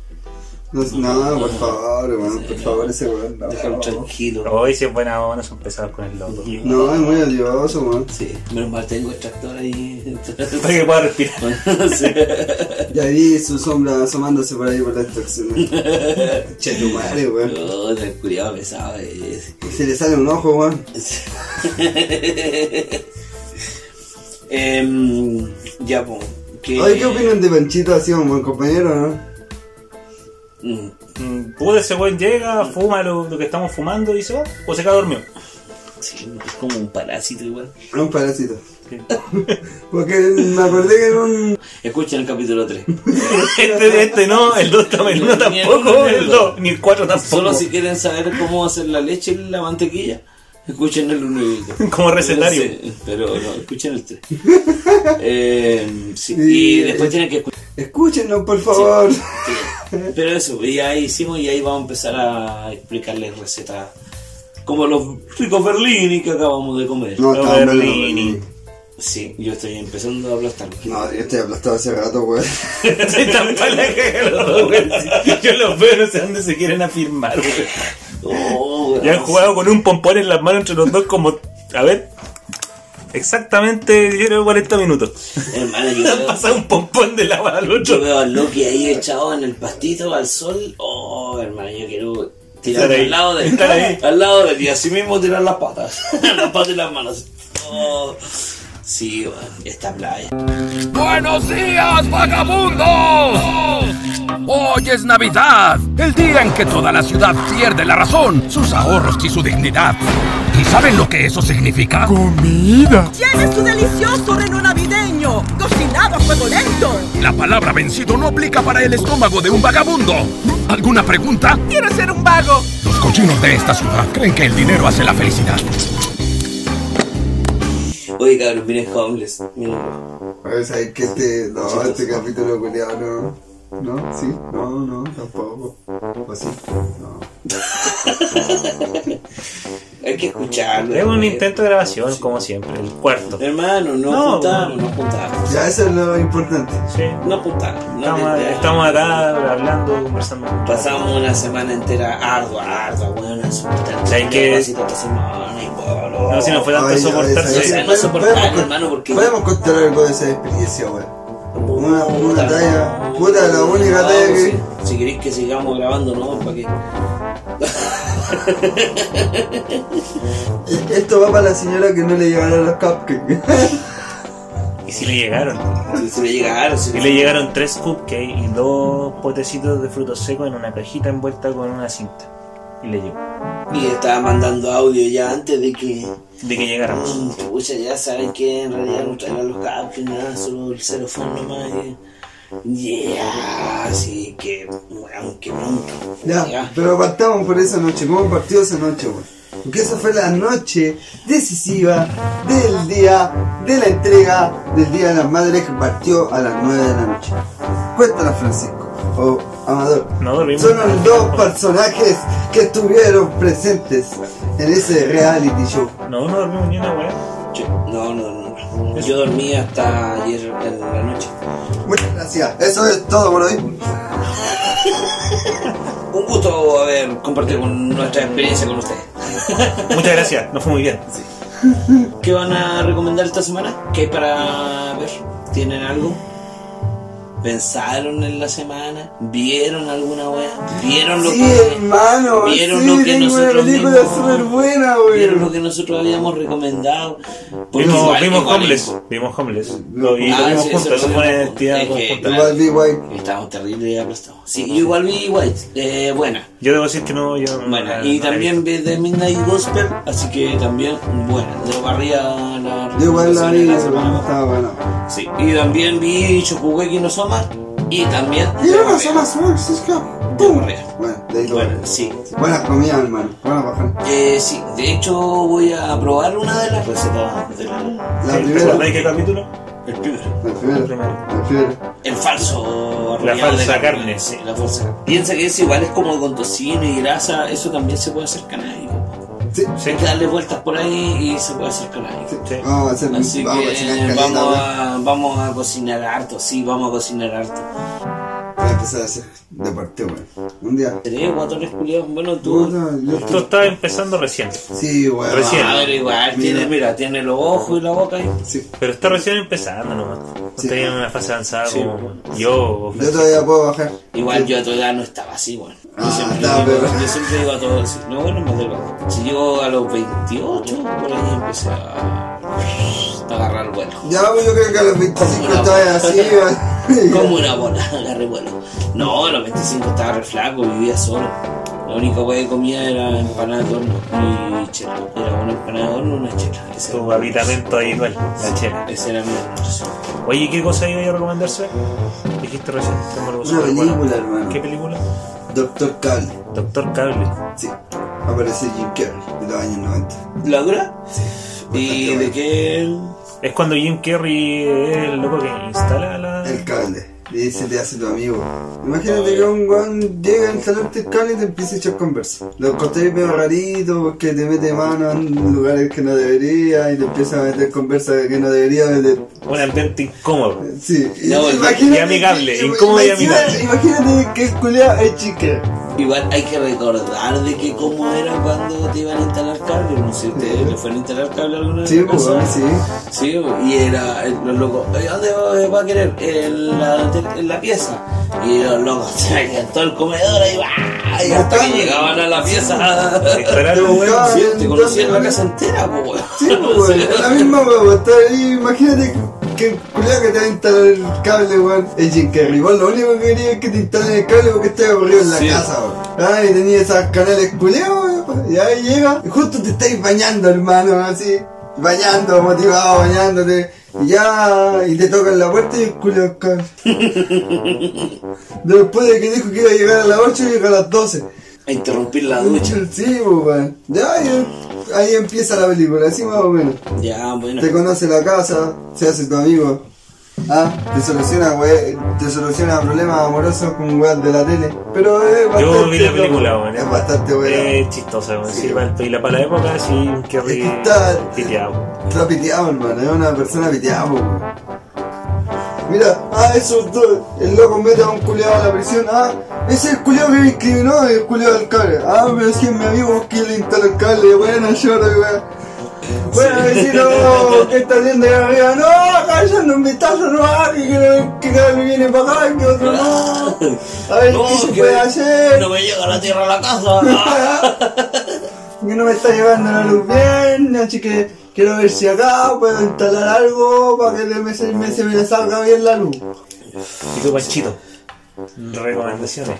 Speaker 3: No, no, por favor, weón. Por favor, ese weón. No,
Speaker 1: Déjalo tranquilo.
Speaker 2: Hoy si es buena onda, son pesados con el loco.
Speaker 3: No, es muy odioso, weón.
Speaker 1: Sí, menos mal tengo el tractor [laughs] ahí.
Speaker 2: Para que pueda respirar.
Speaker 1: Sí.
Speaker 3: Y ahí su sombra asomándose por ahí por
Speaker 1: [laughs]
Speaker 3: la extorsión. Chetumare, weón.
Speaker 1: No, el culiado pesado es.
Speaker 3: Se le sale un ojo, weón.
Speaker 1: Em, ya, po, que-
Speaker 3: Oye, ¿qué opinan de Panchito así como buen compañero, no?
Speaker 1: Mm,
Speaker 2: Mm, Puta, ese weón llega, fuma lo, lo que estamos fumando y se va. O se
Speaker 1: [laughs]
Speaker 2: queda dormido.
Speaker 1: sí, es como un parásito igual.
Speaker 3: Es un parásito.
Speaker 2: Sí.
Speaker 3: [laughs] Porque me acordé que era un.
Speaker 1: Escuchen el capítulo 3.
Speaker 2: Este, este no, el 2 también, el 1
Speaker 1: [laughs] Ni el uno,
Speaker 2: tampoco,
Speaker 1: ni el
Speaker 2: el 2, ni el 4 tampoco.
Speaker 1: Solo
Speaker 2: [laughs]
Speaker 1: si quieren saber cómo hacer la leche y la mantequilla, escuchen el 1 y el dos.
Speaker 2: [laughs] Como recetario.
Speaker 1: Sí, Pero no, escuchen el
Speaker 2: [laughs]
Speaker 1: 3. sí, y
Speaker 3: Sí.
Speaker 1: después tienen que escuchar.
Speaker 3: Escúchenos, por favor.
Speaker 1: Sí. Pero eso, y ahí hicimos y ahí vamos a empezar a explicarles recetas como los ricos berlini que acabamos de comer.
Speaker 3: No,
Speaker 2: Pero
Speaker 3: estaba en
Speaker 2: Berlini.
Speaker 3: Berlini.
Speaker 1: Sí, yo estoy empezando a aplastar.
Speaker 3: No, yo estoy aplastado hace rato, weón.
Speaker 2: Se están pa' la cagada los
Speaker 1: [laughs]
Speaker 2: dos, weón. [laughs] Yo los veo, no sé dónde se quieren afirmar, weón.
Speaker 1: Oh,
Speaker 2: Y han jugado con un pompón en las manos entre los dos como, a ver, exactamente, yo creo 40 minutos. [laughs]
Speaker 1: Hermano, yo
Speaker 2: Han
Speaker 1: veo,
Speaker 2: pasado un pompón de la mano al
Speaker 1: yo
Speaker 2: otro.
Speaker 1: veo al Loki ahí echado en el pastito al sol. Oh, hermano, yo quiero tirar
Speaker 2: Estar ahí,
Speaker 1: al lado de
Speaker 2: estar ahí.
Speaker 1: [laughs] Al lado de él y así mismo tirar las patas. [laughs] las patas y las manos. Oh, sí, bueno, esta playa.
Speaker 6: ¡Buenos días, vagabundos! Hoy es Navidad, el día en que toda la ciudad pierde la razón, sus ahorros y su dignidad. ¿Y saben lo que eso significa?
Speaker 7: Tienes tu delicioso reno navideño, cocinado a fuego lento.
Speaker 6: La palabra vencido no aplica para el estómago de un vagabundo. ¿Alguna pregunta?
Speaker 7: Quiero ser un vago.
Speaker 6: Los cochinos de esta ciudad creen que el dinero hace la felicidad.
Speaker 1: Oye, cabrón, miren homeless. Miren.
Speaker 3: Oye, ¿sabes que este. No, este capítulo culiado no. No, sí, no, no, tampoco. O sí, no.
Speaker 1: Hay que escucharlo.
Speaker 2: Es un
Speaker 1: hermano.
Speaker 2: intento de grabación, como siempre, el cuarto.
Speaker 1: Eh, Hermano, no,
Speaker 2: No,
Speaker 1: apuntaron, no apuntaron.
Speaker 3: Ya, eso es lo importante.
Speaker 2: Sí.
Speaker 1: No apuntaron. no
Speaker 2: Estamos,
Speaker 1: apuntaron.
Speaker 2: estamos acá hablando, conversando.
Speaker 1: Pasamos una semana entera ardua, ardua, weón, a soportar.
Speaker 2: ¿Sabes qué? No,
Speaker 1: No,
Speaker 2: si no fue tanto
Speaker 3: Ay, ay,
Speaker 2: soportarse.
Speaker 3: ay, ay,
Speaker 1: No soportar,
Speaker 3: podemos-
Speaker 1: hermano, porque-
Speaker 3: Podemos contar algo de esa experiencia, weón. Una, una talla. Puta, la única talla que.
Speaker 1: Ah, pues Si queréis que sigamos grabando, no, para que.
Speaker 3: Eh, Esto va para la señora que no le llegaron los cupcakes. [laughs]
Speaker 2: Y si le llegaron.
Speaker 1: Si se le llegara, si
Speaker 2: Y le llegaron tres cupcakes y dos potecitos de frutos secos en una cajita envuelta con una cinta. Y le llegó.
Speaker 1: Y estaba mandando audio ya antes de que.
Speaker 2: De que llegáramos.
Speaker 1: Mm, Pucha, ya saben que en realidad no traigan los cables, nada, solo el celofán nomás. eh. Yeah, así que, weón, que bronca.
Speaker 3: ya,
Speaker 1: Ya.
Speaker 3: pero partamos por esa noche. ¿Cómo partió esa noche, weón? Porque esa fue la noche decisiva del día de la entrega del Día de las Madres que partió a las 9 de la noche. Cuéntanos, Francisco. O Amador.
Speaker 2: No dormimos.
Speaker 3: Son los dos personajes que estuvieron presentes en ese reality show.
Speaker 2: No, no dormimos ni una weá.
Speaker 1: Yo- no, no, no. Yo dormí hasta ayer en la noche.
Speaker 3: Muchas gracias. Eso es todo por hoy.
Speaker 1: Un gusto haber compartido con nuestra experiencia con ustedes.
Speaker 2: Muchas gracias, nos fue muy bien.
Speaker 1: ¿Qué van a recomendar esta semana? ¿Qué hay para ver? ¿Tienen algo? ¿Pensaron en la semana? ¿Vieron alguna weá? ¿Vieron lo
Speaker 3: Sí,
Speaker 1: que.?
Speaker 3: hermano,
Speaker 1: vieron
Speaker 3: sí,
Speaker 1: lo que
Speaker 3: tengo una
Speaker 1: nosotros
Speaker 3: película
Speaker 1: vimos.
Speaker 3: súper buena, güey.
Speaker 1: ¿Vieron lo que nosotros habíamos recomendado? Porque
Speaker 2: Vimos,
Speaker 1: igual-
Speaker 2: vimos
Speaker 1: igual-
Speaker 2: Homeless, vimos Homeless. Lo- y lo
Speaker 1: Ah,
Speaker 2: vimos
Speaker 1: sí,
Speaker 2: juntos,
Speaker 1: eso
Speaker 2: eso
Speaker 1: lo
Speaker 2: fue una
Speaker 1: vimos
Speaker 2: identidad
Speaker 1: juntos. Es que-
Speaker 2: conjunta.
Speaker 3: Igual vi, güey.
Speaker 1: Estábamos terribles y aplastados. Sí, yo igual vi White. Eh, buena.
Speaker 2: Yo debo decir que no, yo no-
Speaker 1: Buena.
Speaker 2: Ah,
Speaker 1: Y
Speaker 2: no- no la vi.
Speaker 1: también vi The Midnight Gospel. Así que también buena. De barría la.
Speaker 3: Yo igual la vi,
Speaker 1: recomendación de
Speaker 3: la
Speaker 1: la semana.
Speaker 3: semana estaba buena.
Speaker 1: Sí. Y también vi Shokugeki no Soma. Y también.
Speaker 3: Y
Speaker 1: de
Speaker 3: yo
Speaker 1: barría.
Speaker 3: no sé más, güey, sí, es que- ¡Pum! Bueno, de ahí lo
Speaker 1: Bueno, sí.
Speaker 3: Buenas comidas, hermano. Buenas bajadas.
Speaker 1: Eh, sí, de hecho voy a probar una de las recetas de la-
Speaker 3: La
Speaker 2: ¿Te
Speaker 3: primera.
Speaker 2: acordáis qué capítulo?
Speaker 1: el primero.
Speaker 3: La primera. La primera.
Speaker 1: El falso.
Speaker 2: La
Speaker 1: arrollado de
Speaker 2: falsa carne.
Speaker 1: Sí, la falsa. Piensa que es igual, es como con tocino y grasa, eso también se puede hacer canábico.
Speaker 3: Sí.
Speaker 2: Sí,
Speaker 1: Hay que darle vueltas por ahí y se puede hacer canábico.
Speaker 2: sí.
Speaker 3: Vamos a hacer
Speaker 1: Así
Speaker 3: vamos a cocinar
Speaker 1: que
Speaker 3: caleta,
Speaker 1: vamos
Speaker 3: güey.
Speaker 1: a, vamos a cocinar harto, sí, vamos a cocinar harto.
Speaker 3: Voy a empezar a hacer deporte, güey. Un día.
Speaker 1: Tres, cuatro, tres culiados. Bueno, tú.
Speaker 3: Puta, yo
Speaker 2: Esto
Speaker 3: estoy-
Speaker 2: está empezando recién,
Speaker 3: Sí, güey.
Speaker 2: Recién.
Speaker 1: A ver, igual, tiene, mira, tiene los ojos y la boca ahí.
Speaker 3: Sí.
Speaker 2: pero está recién empezando nomás. No
Speaker 3: Sí.
Speaker 2: está en una fase avanzada
Speaker 1: Sí.
Speaker 2: como yo.
Speaker 3: Yo todavía puedo bajar.
Speaker 1: Igual yo a tu edad no estaba así, bueno. Yo,
Speaker 3: Ah,
Speaker 1: siempre,
Speaker 3: estaba
Speaker 1: digo,
Speaker 3: peor.
Speaker 1: yo siempre digo a todos, no, bueno, más delgado. Si yo a los 28, por ahí empecé a, a agarrar vuelo.
Speaker 3: Ya, güey, yo creo que a los 25 todavía así, güey. [laughs]
Speaker 1: [laughs] Como una bola, agarré vuelo. No, a los 25 estaba re flaco, vivía solo. La única hueá que comía era empanada de horno y chela. Era una empanada de horno y una chela. Ese
Speaker 2: Tu
Speaker 1: era-
Speaker 2: habitamento habitual, la chela.
Speaker 1: Ese era mi almuerzo.
Speaker 2: Oye, ¿qué cosa iba yo a recomendarse? Dijiste recién. tengo algo súper bueno.
Speaker 3: película, hermano.
Speaker 2: ¿Qué película?
Speaker 3: Doctor Cable.
Speaker 2: Doctor Cable.
Speaker 3: Sí. Aparece Jim Carrey de los años 90.
Speaker 1: ¿La dura? ¿Y de qué?
Speaker 2: Es cuando Jim Carrey es el loco que instala la.
Speaker 3: El cable. Le dice, te hace tu amigo. Imagínate que un guan llega al salón del cable y te empieza a echar conversa. Lo corté medio rarito porque te mete mano en lugares que no debería y te empieza a meter conversa que no debería. de-
Speaker 2: Un ambiente incómodo.
Speaker 3: Sí. Y-
Speaker 1: No,
Speaker 2: y amigable,
Speaker 3: que-
Speaker 2: incómodo y
Speaker 3: imagínate- Imagínate que el culiao es chica.
Speaker 1: Igual hay que recordar de que cómo era cuando te iban a instalar cable, no sé, te le fueron a instalar cable alguna vez.
Speaker 3: Sí,
Speaker 1: en
Speaker 3: pues,
Speaker 1: casa?
Speaker 3: bueno, sí.
Speaker 1: Sí, pues, y era el- los locos, "Oye, ¿dónde va, va a querer? En la, te- en la pieza. Y los locos traían todo el comedor ahí, ¡guau! y hasta que llegaban a la pieza.
Speaker 2: Instalar algo
Speaker 3: [laughs]
Speaker 2: bueno.
Speaker 3: Buscaba
Speaker 1: [laughs] Sí, te
Speaker 3: en-
Speaker 1: conocían la casa entera, pues weón. [laughs]
Speaker 3: Sí, pues, weón, es la misma weón, está ahí, imagínate que el culiao que te va a instalar el cable, weón, es Jim Carrey. Vos lo único que querías es que te instalen el cable porque estás aburrido en la
Speaker 1: Sí.
Speaker 3: casa, weón. Ay, tenías esos canales culiados, weón, pues, y ahí llega, y justo te estáis bañando, hermano, así, bañando, motivado, bañándote, y ya, y te tocan la puerta y el culiao
Speaker 1: [laughs]
Speaker 3: cable. Después de que dijo que iba a llegar a las 8, llega a las 12.
Speaker 1: A interrumpir la ducha.
Speaker 3: Sí, pues, weón. Ya, y ahí empieza la película, así más o menos.
Speaker 1: Ya, bueno.
Speaker 3: Te conoce la casa, se hace tu amigo. Ah, te soluciona, we- te soluciona problemas amorosos con weas de la tele. Pero es bastante.
Speaker 2: Yo vi la
Speaker 3: loco,
Speaker 2: película, weón. Eh,
Speaker 3: Es bastante buena.
Speaker 2: Es chistosa, weón. Sí, va- y la para la época, sí, Jim Carrey.
Speaker 3: Es que está-
Speaker 2: piteado.
Speaker 3: Está piteado, hermano. Es una persona piteada, po, weón. Mira, ah, esos dos. El loco mete a un culeado a la prisión. Ah, ese es el culeado que me discriminó, el culeado del cable. Ah, pero si es mi amigo, que le instaló el cable. Bueno, lloro, weón. Bueno,
Speaker 1: [laughs]
Speaker 3: vecino, ¿qué está haciendo ahí arriba? No, callando un vistazo, no, ah, que, que, que cable viene para acá, que
Speaker 1: [laughs]
Speaker 3: otro no. A ver,
Speaker 1: No,
Speaker 3: ¿qué se
Speaker 1: que
Speaker 3: puede
Speaker 1: me-
Speaker 3: hacer?
Speaker 1: No me llega la tierra a la
Speaker 3: [laughs]
Speaker 1: casa.
Speaker 3: que no me está llevando la luz bien, así que quiero ver si acá puedo instalar algo para que me, se me, se me salga bien la luz.
Speaker 2: Y tu panchito. Recomendaciones.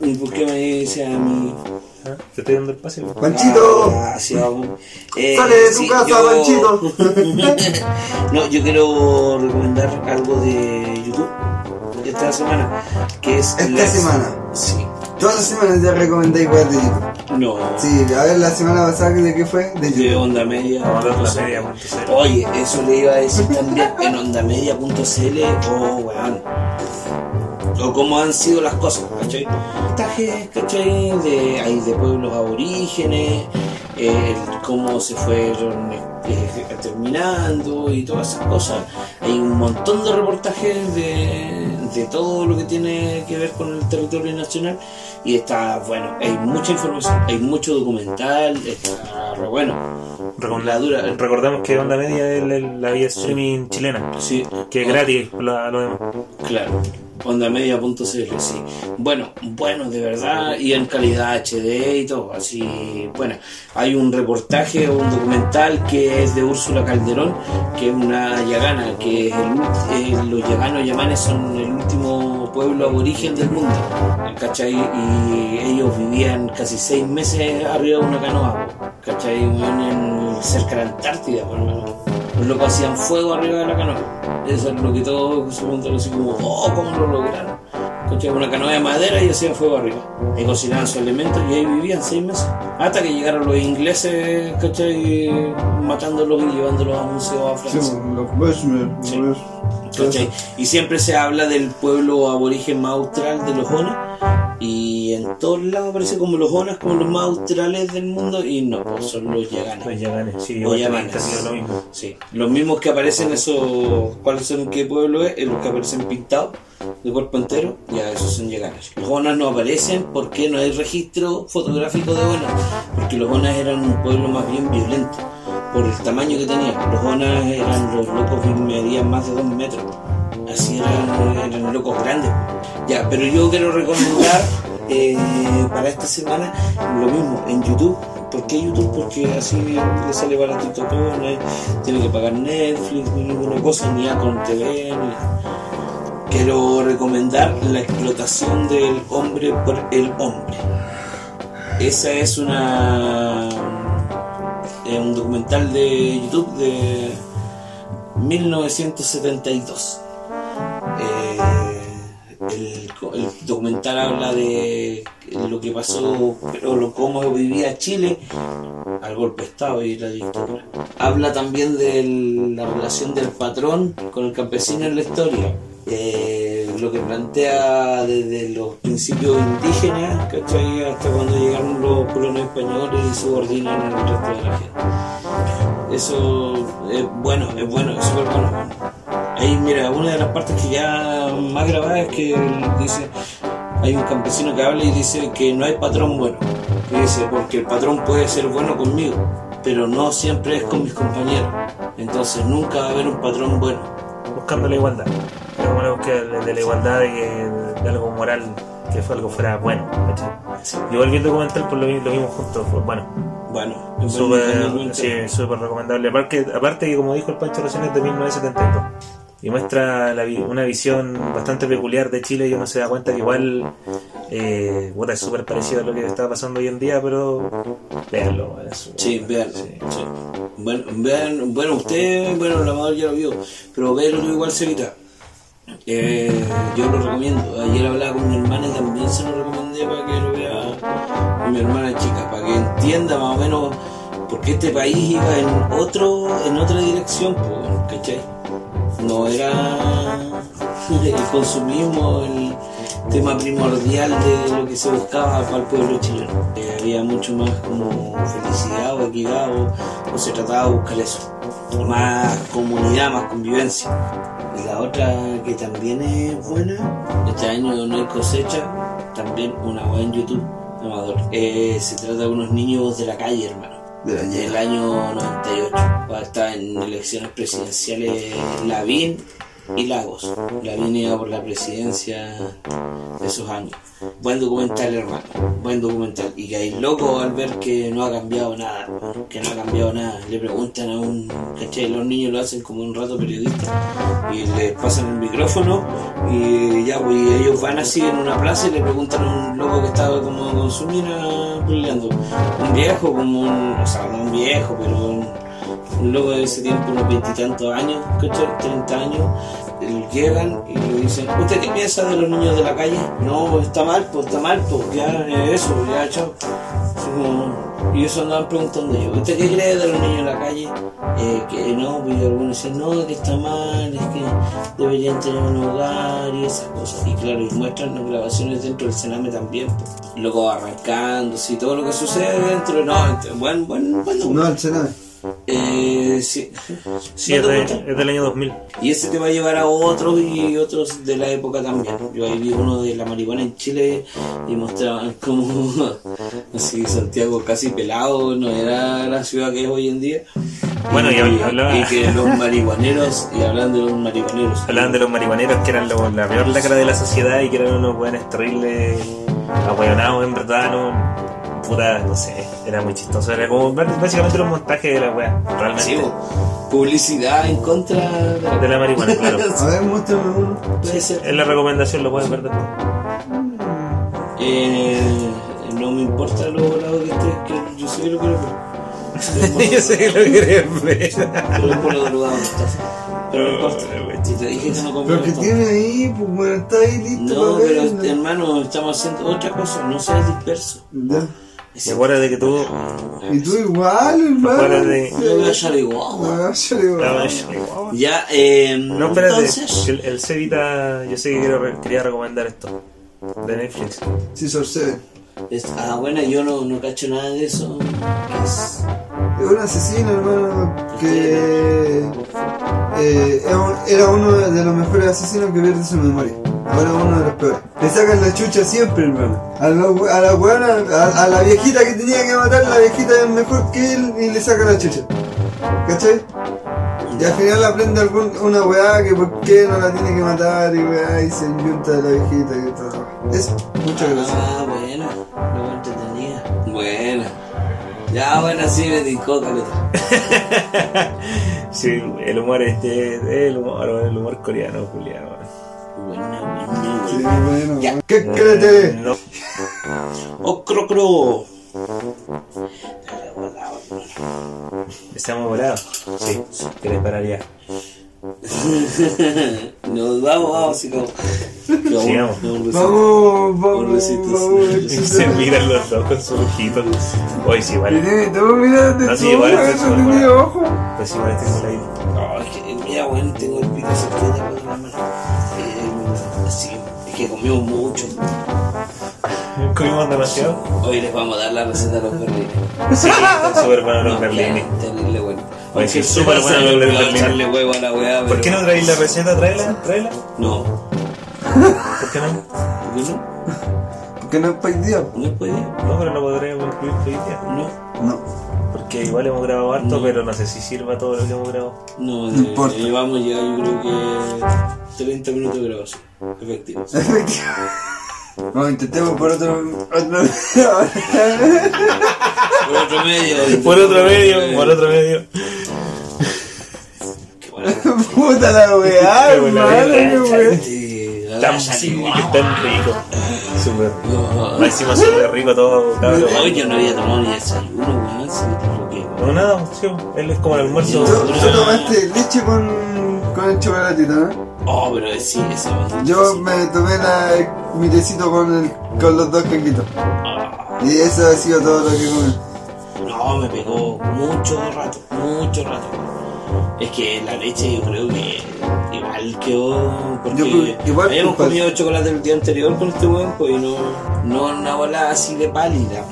Speaker 1: ¿Y por qué me dice a mí?
Speaker 2: ¿Ah? Te estoy dando el pase. weón.
Speaker 3: ¡Panchito!
Speaker 1: Ah, sí, vamos. Eh,
Speaker 3: ¡Sale de tu
Speaker 1: sí,
Speaker 3: casa,
Speaker 1: yo-
Speaker 3: Panchito!
Speaker 1: [laughs] no, yo quiero recomendar algo de YouTube esta semana. Que es
Speaker 3: Esta
Speaker 1: la-
Speaker 3: semana.
Speaker 1: Sí.
Speaker 3: Todas las semanas te recomendé igual de YouTube.
Speaker 1: No.
Speaker 3: Sí, a ver, la semana pasada, ¿de qué fue? De
Speaker 1: De
Speaker 3: YouTube.
Speaker 1: onda media.
Speaker 2: Vamos a
Speaker 1: punto
Speaker 2: ver la media
Speaker 1: cl.
Speaker 2: punto cl.
Speaker 1: Oye, eso le iba a decir también en ondamedia.cl. Oh, weón. O cómo han sido las cosas, ¿cachai? Tajes, ¿cachai? De, hay de pueblos aborígenes, eh, el cómo se fueron eh, terminando y todas esas cosas. Hay un montón de reportajes de, de todo lo que tiene que ver con el territorio nacional Y está, bueno, hay mucha información, hay mucho documental, está re bueno. Recomendadura.
Speaker 2: Recordamos que Onda Media es la, la vía streaming chilena,
Speaker 1: Sí.
Speaker 2: que es gratis la- lo demás.
Speaker 1: Ah, Claro, ondamedia.cl, sí. Bueno, bueno, de verdad, y en calidad HD y todo, así, bueno, hay un reportaje, un documental que es de Úrsula Calderón, que es una yagana, que es el ulti- eh, los yaganos yamanes son el último pueblo aborigen del mundo, ¿cachai? Y ellos vivían casi seis meses arriba de una canoa, ¿cachai? En- cerca de la Antártida, por Pues lo menos. Los locos hacían fuego arriba de la canoa. Eso es lo que todos se preguntaron así como, oh, ¿cómo lo lograron? Cochaban una canoa de madera y hacían fuego arriba. Y cocinaban sus alimentos y ahí vivían seis meses. Hasta que llegaron los ingleses, ¿cachai? Matándolos y llevándolos a museos a
Speaker 3: Sí,
Speaker 1: Francia.
Speaker 3: los ves, me-
Speaker 1: Sí.
Speaker 3: los ves.
Speaker 1: ¿Cachai? Y siempre se habla del pueblo aborigen más austral de los Onas. Y en todos lados aparece como los Onas, como los más australes del mundo. Y no, pues son los yaganas.
Speaker 2: Los Yaganes, sí,
Speaker 1: O
Speaker 2: igual también
Speaker 1: llamanas.
Speaker 2: casi lo mismo.
Speaker 1: Sí. Los mismos que aparecen esos. ¿Cuáles son qué pueblo es? Eh, Los que aparecen pintados, de cuerpo entero, ya esos son lleganas. Los onas no aparecen porque no hay registro fotográfico de onas. Porque los onas eran un pueblo más bien violento, por el tamaño que tenían. Los onas eran los locos que medían más de dos metros. Así eran, eran locos grandes. Ya, pero yo quiero recomendar eh, para esta semana lo mismo en YouTube. ¿Por qué YouTube? Porque así le sale baratito todo, no hay- tiene que pagar Netflix, ni ninguna cosa, ni con TV, ni- Quiero recomendar la explotación del hombre por el hombre. Esa es una es un documental de YouTube de 1972. Eh, el, co- el documental habla de lo que pasó, pero lo, cómo vivía Chile al golpe de Estado y la dictadura. Habla también de la relación del patrón con el campesino en la historia. Eh, lo que plantea desde los principios indígenas, ¿cachai? Hasta cuando llegaron los colonos españoles y subordinan al resto de la gente. Eso es bueno, es bueno, es súper bueno. Ahí, mira, una de las partes que ya más grabada es que dice: hay un campesino que habla y dice que no hay patrón bueno. Y dice: porque el patrón puede ser bueno conmigo, pero no siempre es con mis compañeros. Entonces nunca va a haber un patrón bueno.
Speaker 2: Buscando la igualdad. Es como la búsqueda de, de la igualdad de, que- de algo moral, que fue algo fuera bueno. ¿cachai? Igual vi el documental, pues lo, vi- lo vimos juntos, fue bueno.
Speaker 1: Bueno,
Speaker 2: Súper
Speaker 1: independientemente-
Speaker 2: sí, súper recomendable. Aparte, aparte que, como dijo el Pancho recién, es de 1972. Y muestra la vi- una visión bastante peculiar de Chile y uno se da cuenta que igual eh, puta, es súper parecido a lo que está pasando hoy en día, pero véanlo. es-
Speaker 1: Sí, vean. sí. Bueno, vean, bueno, usted, bueno, la madre ya lo vio, pero verlo tú igual se evita. Eh, yo lo recomiendo. Ayer hablaba con mi hermana y también se lo recomendé para que lo vea mi hermana chica, para que entienda más o menos por qué este país iba en otro, en otra dirección, po, ¿cachai? No era el consumismo el tema primordial de lo que se buscaba para el pueblo chileno. Eh, había mucho más como felicidad o equidad o, o se trataba de buscar eso. Más comunidad, más convivencia. Y La otra que también es buena, este año no hay cosecha, también una buena en YouTube, amador. Eh, se trata de unos niños de la calle, hermano.
Speaker 3: De la
Speaker 1: Del año 98, cuando estaba en elecciones presidenciales Lavín y Lagos. Lavín iba por la presidencia de esos años. Buen documental, hermano. Buen documental. Y que hay loco al ver que no ha cambiado nada. hermano, Que no ha cambiado nada. Le preguntan a un. ¿Cachai? Los niños lo hacen como un rato periodista. Y les pasan el micrófono. Y ya, pues y ellos van así en una plaza y le preguntan a un loco que estaba como con su mina peleando. Un viejo, como un. O sea, no un viejo, pero un un loco de ese tiempo, unos veintitantos años, ¿cachai? 30 años, eh, llegan y le dicen, ¿usted qué piensa de los niños de la calle? No, está mal, pues está mal, pues ya eh, eso, ya chao. Así como- Y eso andaban preguntando yo, ¿usted qué cree de los niños de la calle? Eh, que no, y algunos dicen, no, que está mal, es que deberían tener un hogar y esas cosas. Y claro, y muestran las grabaciones dentro del Sename también, pues, loco arrancándose y todo lo que sucede dentro, no, este- buen, buen, buen
Speaker 3: No, el Sename.
Speaker 1: eh, Eh, sí.
Speaker 2: Sí,
Speaker 1: ¿No te
Speaker 2: es, de-
Speaker 1: gusta?
Speaker 2: es del año 2000.
Speaker 1: Y ese te va a llevar a otros y otros de la época también. Yo ahí vi uno de la marihuana en Chile y mostraban como [laughs] así Santiago casi pelado, no era la ciudad que es hoy en día.
Speaker 2: Bueno, y habl- hablaba-
Speaker 1: y que los marihuaneros, y hablan de los marihuaneros.
Speaker 2: Hablaban de los marihuaneros que eran lo- la peor lacra de la sociedad y que eran unos buenos terribles, ahueonados en verdad, no. Puta, no sé, era muy chistoso. Era como bá- básicamente los montajes de la wea, realmente.
Speaker 1: Sí, bo. publicidad en contra
Speaker 2: de
Speaker 1: [laughs]
Speaker 2: la marihuana, [laughs] claro.
Speaker 3: A ver, muéstrame uno.
Speaker 1: Puede ser.
Speaker 2: Es la recomendación, lo puedes ver después.
Speaker 1: Eh, no me importa lo volado que estés, que yo soy lo que
Speaker 2: [laughs] Yo sé que lo querés ver.
Speaker 1: Pero es por lo drogado que estás. Pero no importa. Si te dije que no compré
Speaker 3: Lo que tiene ahí, pues bueno, está ahí listo
Speaker 1: No,
Speaker 3: para
Speaker 1: pero
Speaker 3: verlo.
Speaker 1: hermano, estamos haciendo otra cosa, no seas disperso.
Speaker 3: Ya.
Speaker 2: Mm. Y acuérdate que tú.
Speaker 3: Y tú igual, hermano.
Speaker 2: Acuérdate.
Speaker 1: Yo voy a hallar igual, güey.
Speaker 3: Ah, yo le digo, Ah.
Speaker 1: Ya, eh,
Speaker 2: No, espérate.
Speaker 1: entonces,
Speaker 2: El, el Cevita, yo sé que quiero re- quería recomendar esto. De Netflix.
Speaker 3: Sí, sorcede.
Speaker 1: es- ah, bueno, yo no, no cacho nada de eso. Es-
Speaker 3: Es un asesino, hermano, que eh, era un- era uno de los mejores asesinos que pierde su memoria. Ahora es uno de los peores. Le sacan la chucha siempre, hermano. A la, we- a la weona, a, a la viejita que tenía que matar, la viejita es mejor que él y le saca la chucha. ¿Cachai? Y al final aprende algún, una weá que por qué no la tiene que matar y weá y se enyunta de la viejita y todo. Eso, muchas gracias.
Speaker 1: Ah, bueno, no me entretenía. Bueno. Ya, bueno, sí, me dijo, caleta.
Speaker 2: Sí, el humor este, el humor, el humor coreano, Julián.
Speaker 1: Buena, buena,
Speaker 3: Sí,
Speaker 1: buena.
Speaker 3: bueno,
Speaker 1: Ya.
Speaker 3: ¿Qué créete?
Speaker 2: No,
Speaker 1: ¡Oh, cro, cro!
Speaker 2: estamos volados. Sí, que les pararía.
Speaker 1: [laughs] Nos vamos, vamos, así como.
Speaker 2: Sigamos.
Speaker 3: Vamos,
Speaker 1: Un
Speaker 3: vamos,
Speaker 1: besito,
Speaker 3: vamos.
Speaker 1: sí.
Speaker 2: [laughs] Se miran los dos con sus ojitos. Hoy sí, vale.
Speaker 3: Tiene todo, mira, de
Speaker 2: No, sí,
Speaker 3: todo,
Speaker 2: igual,
Speaker 3: eso
Speaker 2: eso,
Speaker 3: tiene
Speaker 2: igual.
Speaker 3: ojo.
Speaker 2: Pues sí, vale, tengo la idea.
Speaker 1: No, es que, mira, bueno, tengo el pito cerquita con la mano. Eh, así, es que comimos mucho.
Speaker 2: Comimos demasiado.
Speaker 1: Hoy les vamos a dar la receta de los berlines.
Speaker 3: [laughs]
Speaker 2: Sí, están súper buenos los
Speaker 1: No,
Speaker 2: berlines.
Speaker 1: claro, Terrible bueno.
Speaker 2: Oye, sí,
Speaker 1: Aunque [laughs]
Speaker 2: súper
Speaker 1: se me
Speaker 2: bueno los
Speaker 1: olvidó
Speaker 2: berlines.
Speaker 1: echarle huevo a la weá,
Speaker 2: ¿Por qué no traéis la receta? Tráela, tráela.
Speaker 1: No.
Speaker 2: ¿Por qué no?
Speaker 1: ¿Por qué no?
Speaker 3: Porque no es pedido.
Speaker 1: No podía.
Speaker 2: No, pero no podré concluir hoy día.
Speaker 1: No.
Speaker 3: No.
Speaker 2: Porque igual hemos grabado harto, pero no sé si sirva todo lo que hemos grabado.
Speaker 1: No,
Speaker 3: No importa.
Speaker 1: eh, llevamos ya, yo creo que 30 minutos de grabación. Efectivo.
Speaker 3: No, intentemos por otro. otro. [laughs]
Speaker 1: Por otro medio.
Speaker 2: Por otro medio, por otro medio.
Speaker 1: Qué bueno.
Speaker 3: Puta la weá,
Speaker 2: [laughs] Qué buena
Speaker 3: hermano,
Speaker 2: idea.
Speaker 3: qué weá.
Speaker 1: Sí,
Speaker 2: Tan
Speaker 1: ya
Speaker 2: sí,
Speaker 1: llegó.
Speaker 2: que tan rico. Súper.
Speaker 1: No.
Speaker 2: Más Encima súper rico todo. cabrón.
Speaker 1: Hoy yo no había tomado ni desayuno, weón. Sí, tengo que.
Speaker 2: No, nada, sí, él es como el almuerzo.
Speaker 3: Tú, tú tomaste leche con. con el chocolatito, ¿no?
Speaker 1: Oh, pero es- sí, ese maldito
Speaker 3: Yo
Speaker 1: sí.
Speaker 3: me tomé la, mi tecito con, el, con los dos caquitos. Y eso ha sido todo lo que comí.
Speaker 1: No, me pegó mucho rato, mucho rato. Es que la leche yo creo que igual quedó.
Speaker 3: Yo
Speaker 1: Porque
Speaker 3: creo- igual
Speaker 1: habíamos
Speaker 3: culpa-
Speaker 1: comido chocolate el día anterior con este weón, pues y no, no una bola así de pálida.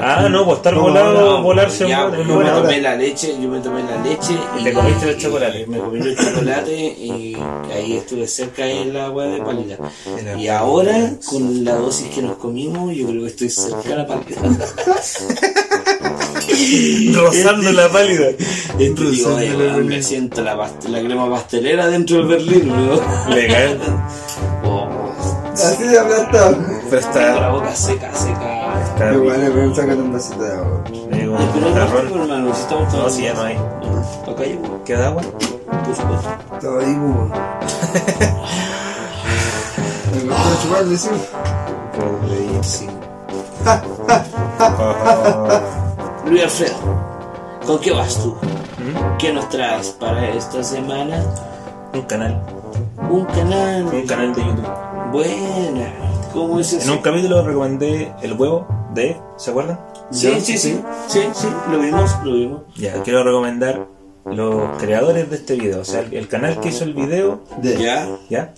Speaker 2: Ah, no, pues estar
Speaker 3: No,
Speaker 2: volado,
Speaker 1: No,
Speaker 2: volarse
Speaker 1: ya,
Speaker 2: un-
Speaker 1: pues,
Speaker 2: un
Speaker 1: yo me
Speaker 2: vuelo.
Speaker 1: tomé la leche, yo me tomé la leche
Speaker 2: Y te comiste el chocolate.
Speaker 1: Me comí el chocolate y ahí estuve cerca de la agua de pálida. Y ahora, con la dosis que nos comimos, yo creo que estoy cerca de la
Speaker 2: [laughs]
Speaker 1: Este pálida.
Speaker 2: Rozando la pálida.
Speaker 1: Este digo, "Oye, weón, me siento la, past- la crema pastelera dentro del berlín, weón.
Speaker 2: Legal.
Speaker 1: Oh,
Speaker 3: Así de aplastado.
Speaker 1: tengo la
Speaker 2: Pero está. Ah,
Speaker 1: boca seca, seca.
Speaker 2: Está
Speaker 3: Qué
Speaker 2: rico.
Speaker 3: bueno, pero sácate un vasito de agua.
Speaker 2: Eh, como
Speaker 1: Ay, Pero
Speaker 2: un
Speaker 1: no,
Speaker 2: jarrón.
Speaker 1: hermano, si estamos
Speaker 2: No,
Speaker 1: todos.
Speaker 2: si ya no hay.
Speaker 1: Acá yo,
Speaker 2: ¿Queda agua?
Speaker 1: por supuesto.
Speaker 3: Estaba ahí,
Speaker 2: [laughs]
Speaker 3: weón. Me gustó chuparle, sí.
Speaker 1: Sí. Luis Alfredo, ¿con qué vas tú? ¿Qué nos traes para esta semana?
Speaker 2: Un canal.
Speaker 1: Un canal.
Speaker 2: Un canal de YouTube.
Speaker 1: Buena. ¿Cómo es
Speaker 2: En
Speaker 1: eso?
Speaker 2: un capítulo recomendé el huevo de. ¿Se acuerdan?
Speaker 1: Sí, sí, sí, sí, sí, lo vimos, lo vimos.
Speaker 2: Ya, quiero recomendar los creadores de este video, o sea, el, el canal que hizo el video,
Speaker 3: De-
Speaker 1: ¿Ya?
Speaker 2: ¿ya?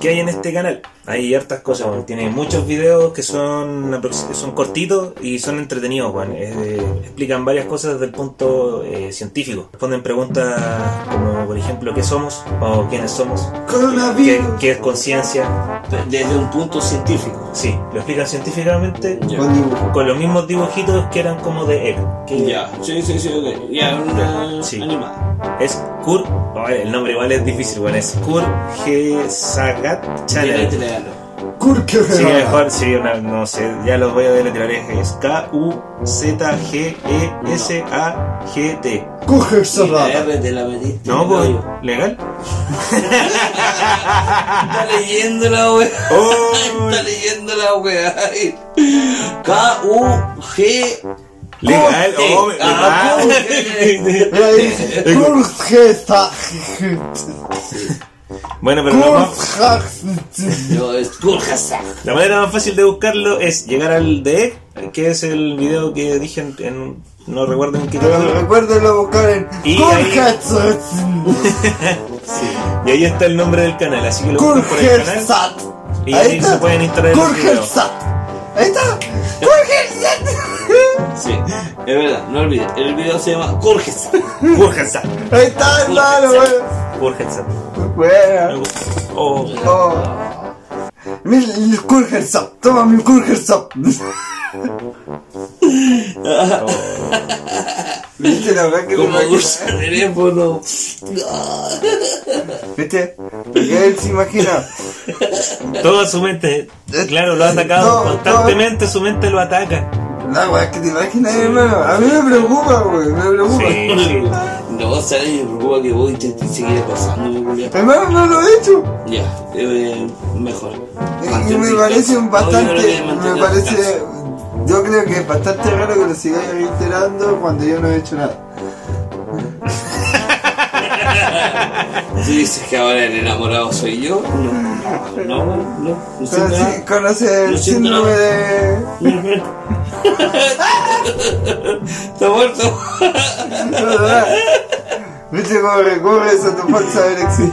Speaker 2: ¿Qué hay en este canal? Hay hartas cosas, weón. Tiene muchos videos que son, aprox- que son cortitos y son entretenidos, weón. Eh, explican varias cosas desde el punto eh, científico. Responden preguntas como, por ejemplo, ¿qué somos? ¿O quiénes somos? ¿Qué,
Speaker 3: Coronavirus.
Speaker 2: qué es conciencia?
Speaker 1: Desde un punto científico.
Speaker 2: Sí, lo explican científicamente
Speaker 3: Con dibujo.
Speaker 2: con los mismos dibujitos que eran como de él. que-
Speaker 1: Ya, sí, sí, sí, ok. Ya, una
Speaker 2: Ah, Sí.
Speaker 1: animada.
Speaker 2: Es Kur, oh, el nombre igual es difícil, bueno, es Kur G. Sagat
Speaker 1: Dile,
Speaker 2: Channel.
Speaker 1: dile algo.
Speaker 2: Sí,
Speaker 3: Kurkeberg.
Speaker 2: mejor, sí, una- no sé, ya los voy a deletrear, es- es E K-U-Z-G-E-S-A-G-T.
Speaker 1: Y la
Speaker 3: Kurkeberg.
Speaker 1: R te la metiste.
Speaker 2: No,
Speaker 1: en el
Speaker 2: pues,
Speaker 1: hoyo.
Speaker 2: ¿legal?
Speaker 1: Está leyendo la
Speaker 2: [laughs]
Speaker 1: wea.
Speaker 2: Oh.
Speaker 1: Está leyendo la wea. K-U-G.
Speaker 2: ¿Legal?
Speaker 1: Corte.
Speaker 2: Oh, me-
Speaker 1: Ah,
Speaker 2: ah.
Speaker 1: corte.
Speaker 2: [laughs] Bueno, pero lo más-
Speaker 3: Kurkeberg.
Speaker 1: Yo es Kurjasak.
Speaker 2: la manera más fácil de buscarlo es llegar al de Egg, que es el video que dije en, en- no recuerdo en qué capítulo.
Speaker 3: Recuérdenlo buscar en
Speaker 2: Y ahí-
Speaker 3: Kurkeberg.
Speaker 2: Y ahí está el nombre del canal, así que lo buscan por el canal.
Speaker 3: Kurkersat.
Speaker 2: Y ahí se pueden instalar los videos.
Speaker 3: Kurkersat. Ahí está. [laughs] Kurkersat.
Speaker 1: Sí, es verdad, no olvides. El video se llama Kurjasak.
Speaker 2: Burgensack.
Speaker 3: Ahí está, hermano,
Speaker 2: Burgensack.
Speaker 3: weón.
Speaker 2: Me
Speaker 3: Bueno.
Speaker 2: gusta. Oh,
Speaker 3: Oh. Mira el Kurkersat. Toma
Speaker 1: [laughs]
Speaker 3: mi Kurkersat. ¿Viste la verdad que
Speaker 1: Como
Speaker 3: me
Speaker 1: dulce de teléfono.
Speaker 3: ¿Viste? Porque él se imagina.
Speaker 2: toda su mente. Claro, lo ha atacado.
Speaker 3: No,
Speaker 2: Constantemente su mente lo ataca.
Speaker 3: La weá que te imaginas, hermano. A mí me preocupa, weón. Me preocupa.
Speaker 2: Sí, sí.
Speaker 1: No, sabes, me preocupa que vos intentes seguir pasándome, culiao.
Speaker 3: Hermano, no lo he hecho.
Speaker 1: Ya, eh, mejor.
Speaker 3: Y- Y me parece un bastante. Me parece. Yo creo que es bastante raro que lo sigáis reiterando cuando yo no he hecho nada.
Speaker 1: Si dices que ahora el enamorado soy yo, no, no, no, no, no, no
Speaker 3: Pero
Speaker 1: siento
Speaker 3: sí,
Speaker 1: nada.
Speaker 3: conoces el
Speaker 1: No siento
Speaker 3: síndrome
Speaker 1: nada.
Speaker 3: de.
Speaker 1: Está muerto. [laughs]
Speaker 3: ¿Viste cómo recurres a tu falsa
Speaker 1: [laughs]
Speaker 3: erección?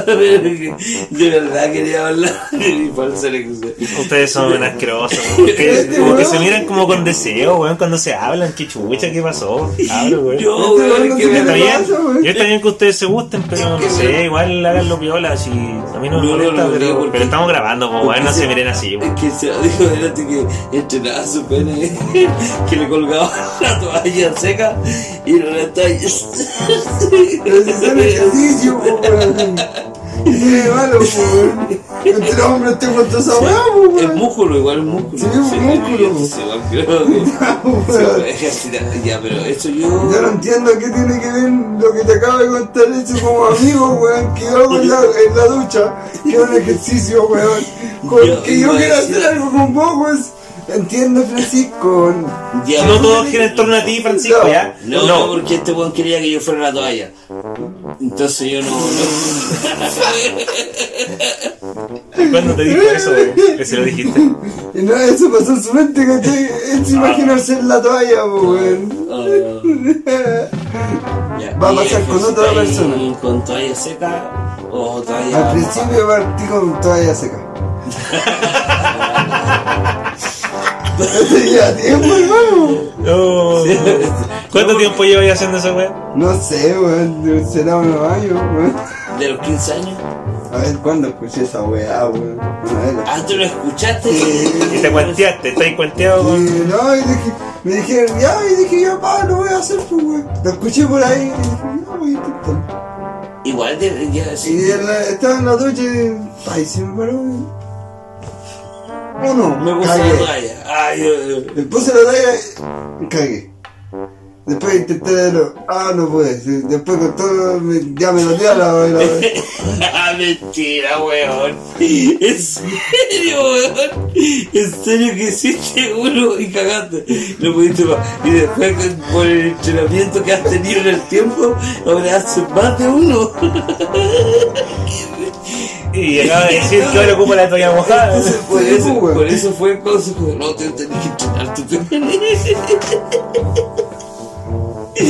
Speaker 1: De verdad quería hablar [laughs] de mi falsa elección.
Speaker 2: Ustedes son asquerosos. Porque,
Speaker 3: Este
Speaker 2: como que
Speaker 3: weón.
Speaker 2: se miran como con deseo, weón, cuando se hablan. Qué chucha, qué pasó. Hablo, weón.
Speaker 3: Este
Speaker 1: Yo, weón, es que me
Speaker 2: Está bien,
Speaker 3: pasa, weón?
Speaker 2: yo está bien que ustedes se gusten, pero no sé, igual háganlo viola, si a mí no me
Speaker 1: No, no,
Speaker 2: molesta,
Speaker 1: no, no,
Speaker 2: pero,
Speaker 1: porque-
Speaker 2: pero estamos grabando, po, weón, no
Speaker 1: porque
Speaker 2: se
Speaker 1: se-
Speaker 2: Ah, miren así, weón.
Speaker 1: Es que se lo dijo delante que entrenaba su pene, [laughs] que le colgaba [laughs] la toalla seca y lo restaba y-
Speaker 3: Pero si es un ejercicio, po, weón. Sí, malo, po, weón. Entre hombres te cuento esa weá,
Speaker 1: [laughs]
Speaker 3: po,
Speaker 1: Es
Speaker 3: weón.
Speaker 1: músculo, igual es músculo.
Speaker 3: Sí, es músculo.
Speaker 1: sí, igual creo que- sí,
Speaker 3: [laughs] Weón.
Speaker 1: ejercitar. Ya, pero eso yo.
Speaker 3: Yo no entiendo qué tiene que ver lo que te acabo de contar eso como amigo, weón, que yo hago en la, en la ducha, que es un ejercicio, weón, con
Speaker 1: Yo
Speaker 3: que yo
Speaker 1: iba a
Speaker 3: quiero
Speaker 1: decir-
Speaker 3: hacer algo con vos, weón. Entiendo, Francisco.
Speaker 1: Ya,
Speaker 2: No todo gira en torno a ti, Francisco, ¿ya?
Speaker 1: No, no, porque este weón quería que yo fuera la toalla. Entonces yo no.
Speaker 2: ¿Cuándo te dijo eso, weón? Que se lo
Speaker 1: [laughs]
Speaker 2: dijiste.
Speaker 3: Y no, eso pasó en su mente, ¿cachai? Es imaginarse en la toalla, weón.
Speaker 1: no, ah, ya.
Speaker 3: Va a
Speaker 1: Y
Speaker 3: pasar con otra
Speaker 1: ejercitar
Speaker 3: persona.
Speaker 1: y Con toalla seca o toalla.
Speaker 3: Al principio partí con toalla seca. No tenía tiempo, hermano.
Speaker 2: No. ¿Cuánto tiempo llevas haciendo esa weón?
Speaker 3: No sé, weón, será unos años, weón.
Speaker 1: De los 15 años.
Speaker 3: A ver, ¿cuándo escuché esa weá, weón? Una vez la-
Speaker 1: Ah, tú lo escuchaste. [laughs]
Speaker 2: Y te cuenteaste, estáis cuenteado
Speaker 3: Y,
Speaker 2: con.
Speaker 3: no, y dije, me dijeron, ya, y dije, ya, pa, lo voy a hacer, pues, weón. Lo escuché por ahí, y dije, no, voy a intentar.
Speaker 1: Igual debería
Speaker 3: Y
Speaker 1: decir.
Speaker 3: en la- estaba en la ducha y, ay, se me paró, weón. No, no,
Speaker 1: Me puse
Speaker 3: cagué.
Speaker 1: la toalla. Ay, [laughs] eh, eh.
Speaker 3: Me puse la toalla y cagué. Después intenté de nuevo. Ah, no pude. Sí, Después con todo, me- ya me dolía la la-
Speaker 1: Ah, mentira, weón. [laughs] En serio, weón. En serio que hiciste uno y cagaste. No pudiste más. Y después, con- por el entrenamiento que has tenido en el tiempo, ahora haces más de uno.
Speaker 2: Y acaba de decir que ahora ocupa la toalla mojada.
Speaker 1: Entonces, [laughs] por,
Speaker 3: Sí,
Speaker 1: eso,
Speaker 3: pues,
Speaker 1: por eso fue entonces, pues, no te tenés que entregar tu [laughs]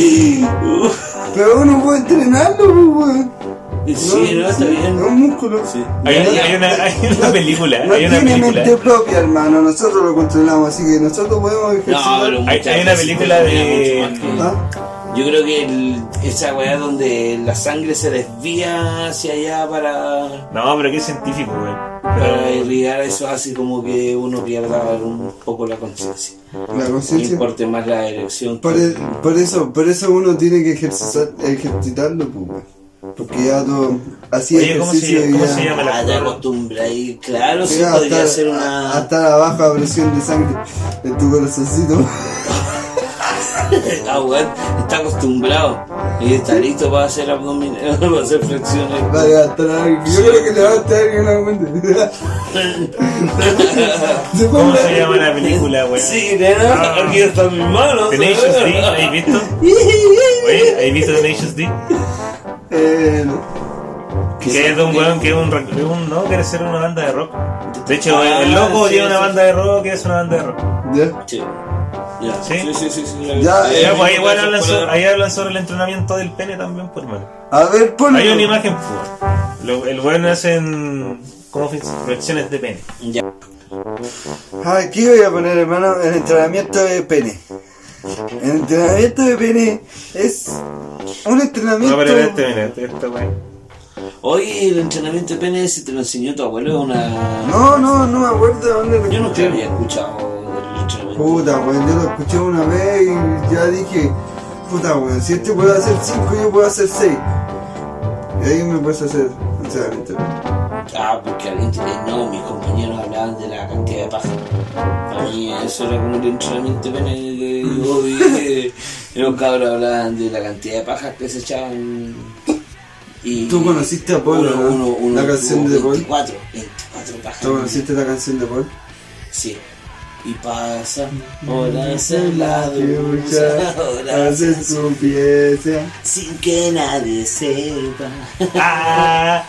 Speaker 3: Pero uno puede entrenarlo, pues, weón.
Speaker 1: Sí, no, está
Speaker 3: Es
Speaker 1: bien.
Speaker 3: un músculo. Sí.
Speaker 2: Hay, hay una, hay una película,
Speaker 3: No
Speaker 2: hay una
Speaker 3: tiene
Speaker 2: película.
Speaker 3: mente propia, hermano. Nosotros lo controlamos, así que nosotros podemos
Speaker 1: No,
Speaker 3: ejercitar.
Speaker 1: pero
Speaker 2: Hay-
Speaker 1: muchas
Speaker 2: hay una
Speaker 1: veces
Speaker 2: película
Speaker 1: termina
Speaker 2: de-
Speaker 1: mucho más
Speaker 3: ¿Ah?
Speaker 1: que- Yo creo que el- esa weá donde la sangre se desvía hacia allá para,
Speaker 2: No, pero qué científico, güey.
Speaker 1: para
Speaker 2: Pero,
Speaker 1: irrigar eso hace como que uno pierda un poco la conciencia.
Speaker 3: La
Speaker 1: No
Speaker 3: conciencia.
Speaker 1: importe más la erección.
Speaker 3: Por, el- por eso, por eso uno tiene que ejercitar, ejercitarlo, pues, weón. Porque ya todo. Así
Speaker 2: Oye, ¿cómo se-
Speaker 3: ejercicio y
Speaker 2: cómo
Speaker 3: ya-
Speaker 2: se llama?
Speaker 1: Ah, te acostumbra y claro, sí
Speaker 3: Llega
Speaker 1: podría
Speaker 3: hasta,
Speaker 1: ser una...
Speaker 3: hasta la baja presión de sangre de tu
Speaker 2: [laughs]
Speaker 3: corazoncito.
Speaker 1: [laughs] Ah, weón, está acostumbrado y está listo para hacer abdominales, [laughs] para hacer flexiones.
Speaker 2: [laughs]
Speaker 3: Va a gastar algo. Yo creo que le va a estar en una cuenta. [laughs] Se fue
Speaker 2: ¿Cómo
Speaker 3: una-
Speaker 2: se llama la película, güey?
Speaker 1: Sí,
Speaker 2: Ah,
Speaker 1: nena, aquí está mi mano.
Speaker 2: Tenacious D,
Speaker 1: [laughs]
Speaker 2: ¿habéis visto? Oye, ¿habéis visto Tenacious D?
Speaker 3: Eh, no.
Speaker 2: Que es de un weón que es un, rock- es un- no quiere ser una banda de rock. De hecho,
Speaker 1: Ah,
Speaker 2: el loco
Speaker 1: sí,
Speaker 2: tiene una
Speaker 1: sí.
Speaker 2: banda de rock, es una banda de rock.
Speaker 3: Ya.
Speaker 1: Sí. Ya.
Speaker 2: ¿Sí?
Speaker 1: sí, sí, sí, sí,
Speaker 3: Ya,
Speaker 1: vi.
Speaker 3: eh,
Speaker 2: Ya, pues, ahí,
Speaker 1: vi
Speaker 2: bueno, hablan
Speaker 1: por
Speaker 2: so-
Speaker 1: ahí.
Speaker 2: ahí hablan sobre el entrenamiento del pene también, pues, hermano.
Speaker 3: A ver, ponlo.
Speaker 2: Hay una imagen, pues. Lo- el weón hacen como flexiones de pene.
Speaker 1: Ya.
Speaker 3: Ah, Aquí voy a poner, hermano, el entrenamiento de pene. El entrenamiento de pene es un
Speaker 2: No,
Speaker 3: entrenamiento.
Speaker 2: pero este, mira, este, este weón.
Speaker 1: Oye, el entrenamiento de pene, si te lo enseñó tu abuelo, es una.
Speaker 3: no, no, no me acuerdo de dónde lo
Speaker 1: Yo nunca
Speaker 3: escuché.
Speaker 1: había escuchado del entrenamiento.
Speaker 3: Puta, weón, yo lo escuché una vez y ya dije, puta, weón, si este puede hacer 5, yo puedo hacer 6. Y ahí me puedes hacer, sinceramente.
Speaker 1: Ah, porque alguien te no, mis compañeros hablaban de la cantidad de paja. Para mí eso era como el entrenamiento de pene que yo vi que
Speaker 3: [laughs]
Speaker 1: los cabros hablaban de la cantidad de pajas que se echaban. Y
Speaker 3: Tú conociste a Paul,
Speaker 1: uno,
Speaker 3: ¿verdad?
Speaker 1: uno, uno
Speaker 3: La canción
Speaker 1: tuvo
Speaker 3: de Paul.
Speaker 1: 24, 24 pajas.
Speaker 3: ¿Tú conociste la canción de Paul?
Speaker 1: Sí. Y pasan
Speaker 3: Mm,
Speaker 1: horas en la ducha, horas
Speaker 3: hacen su pieza.
Speaker 1: sin que nadie
Speaker 3: [laughs]
Speaker 1: sepa.
Speaker 2: [laughs] ¡Ah!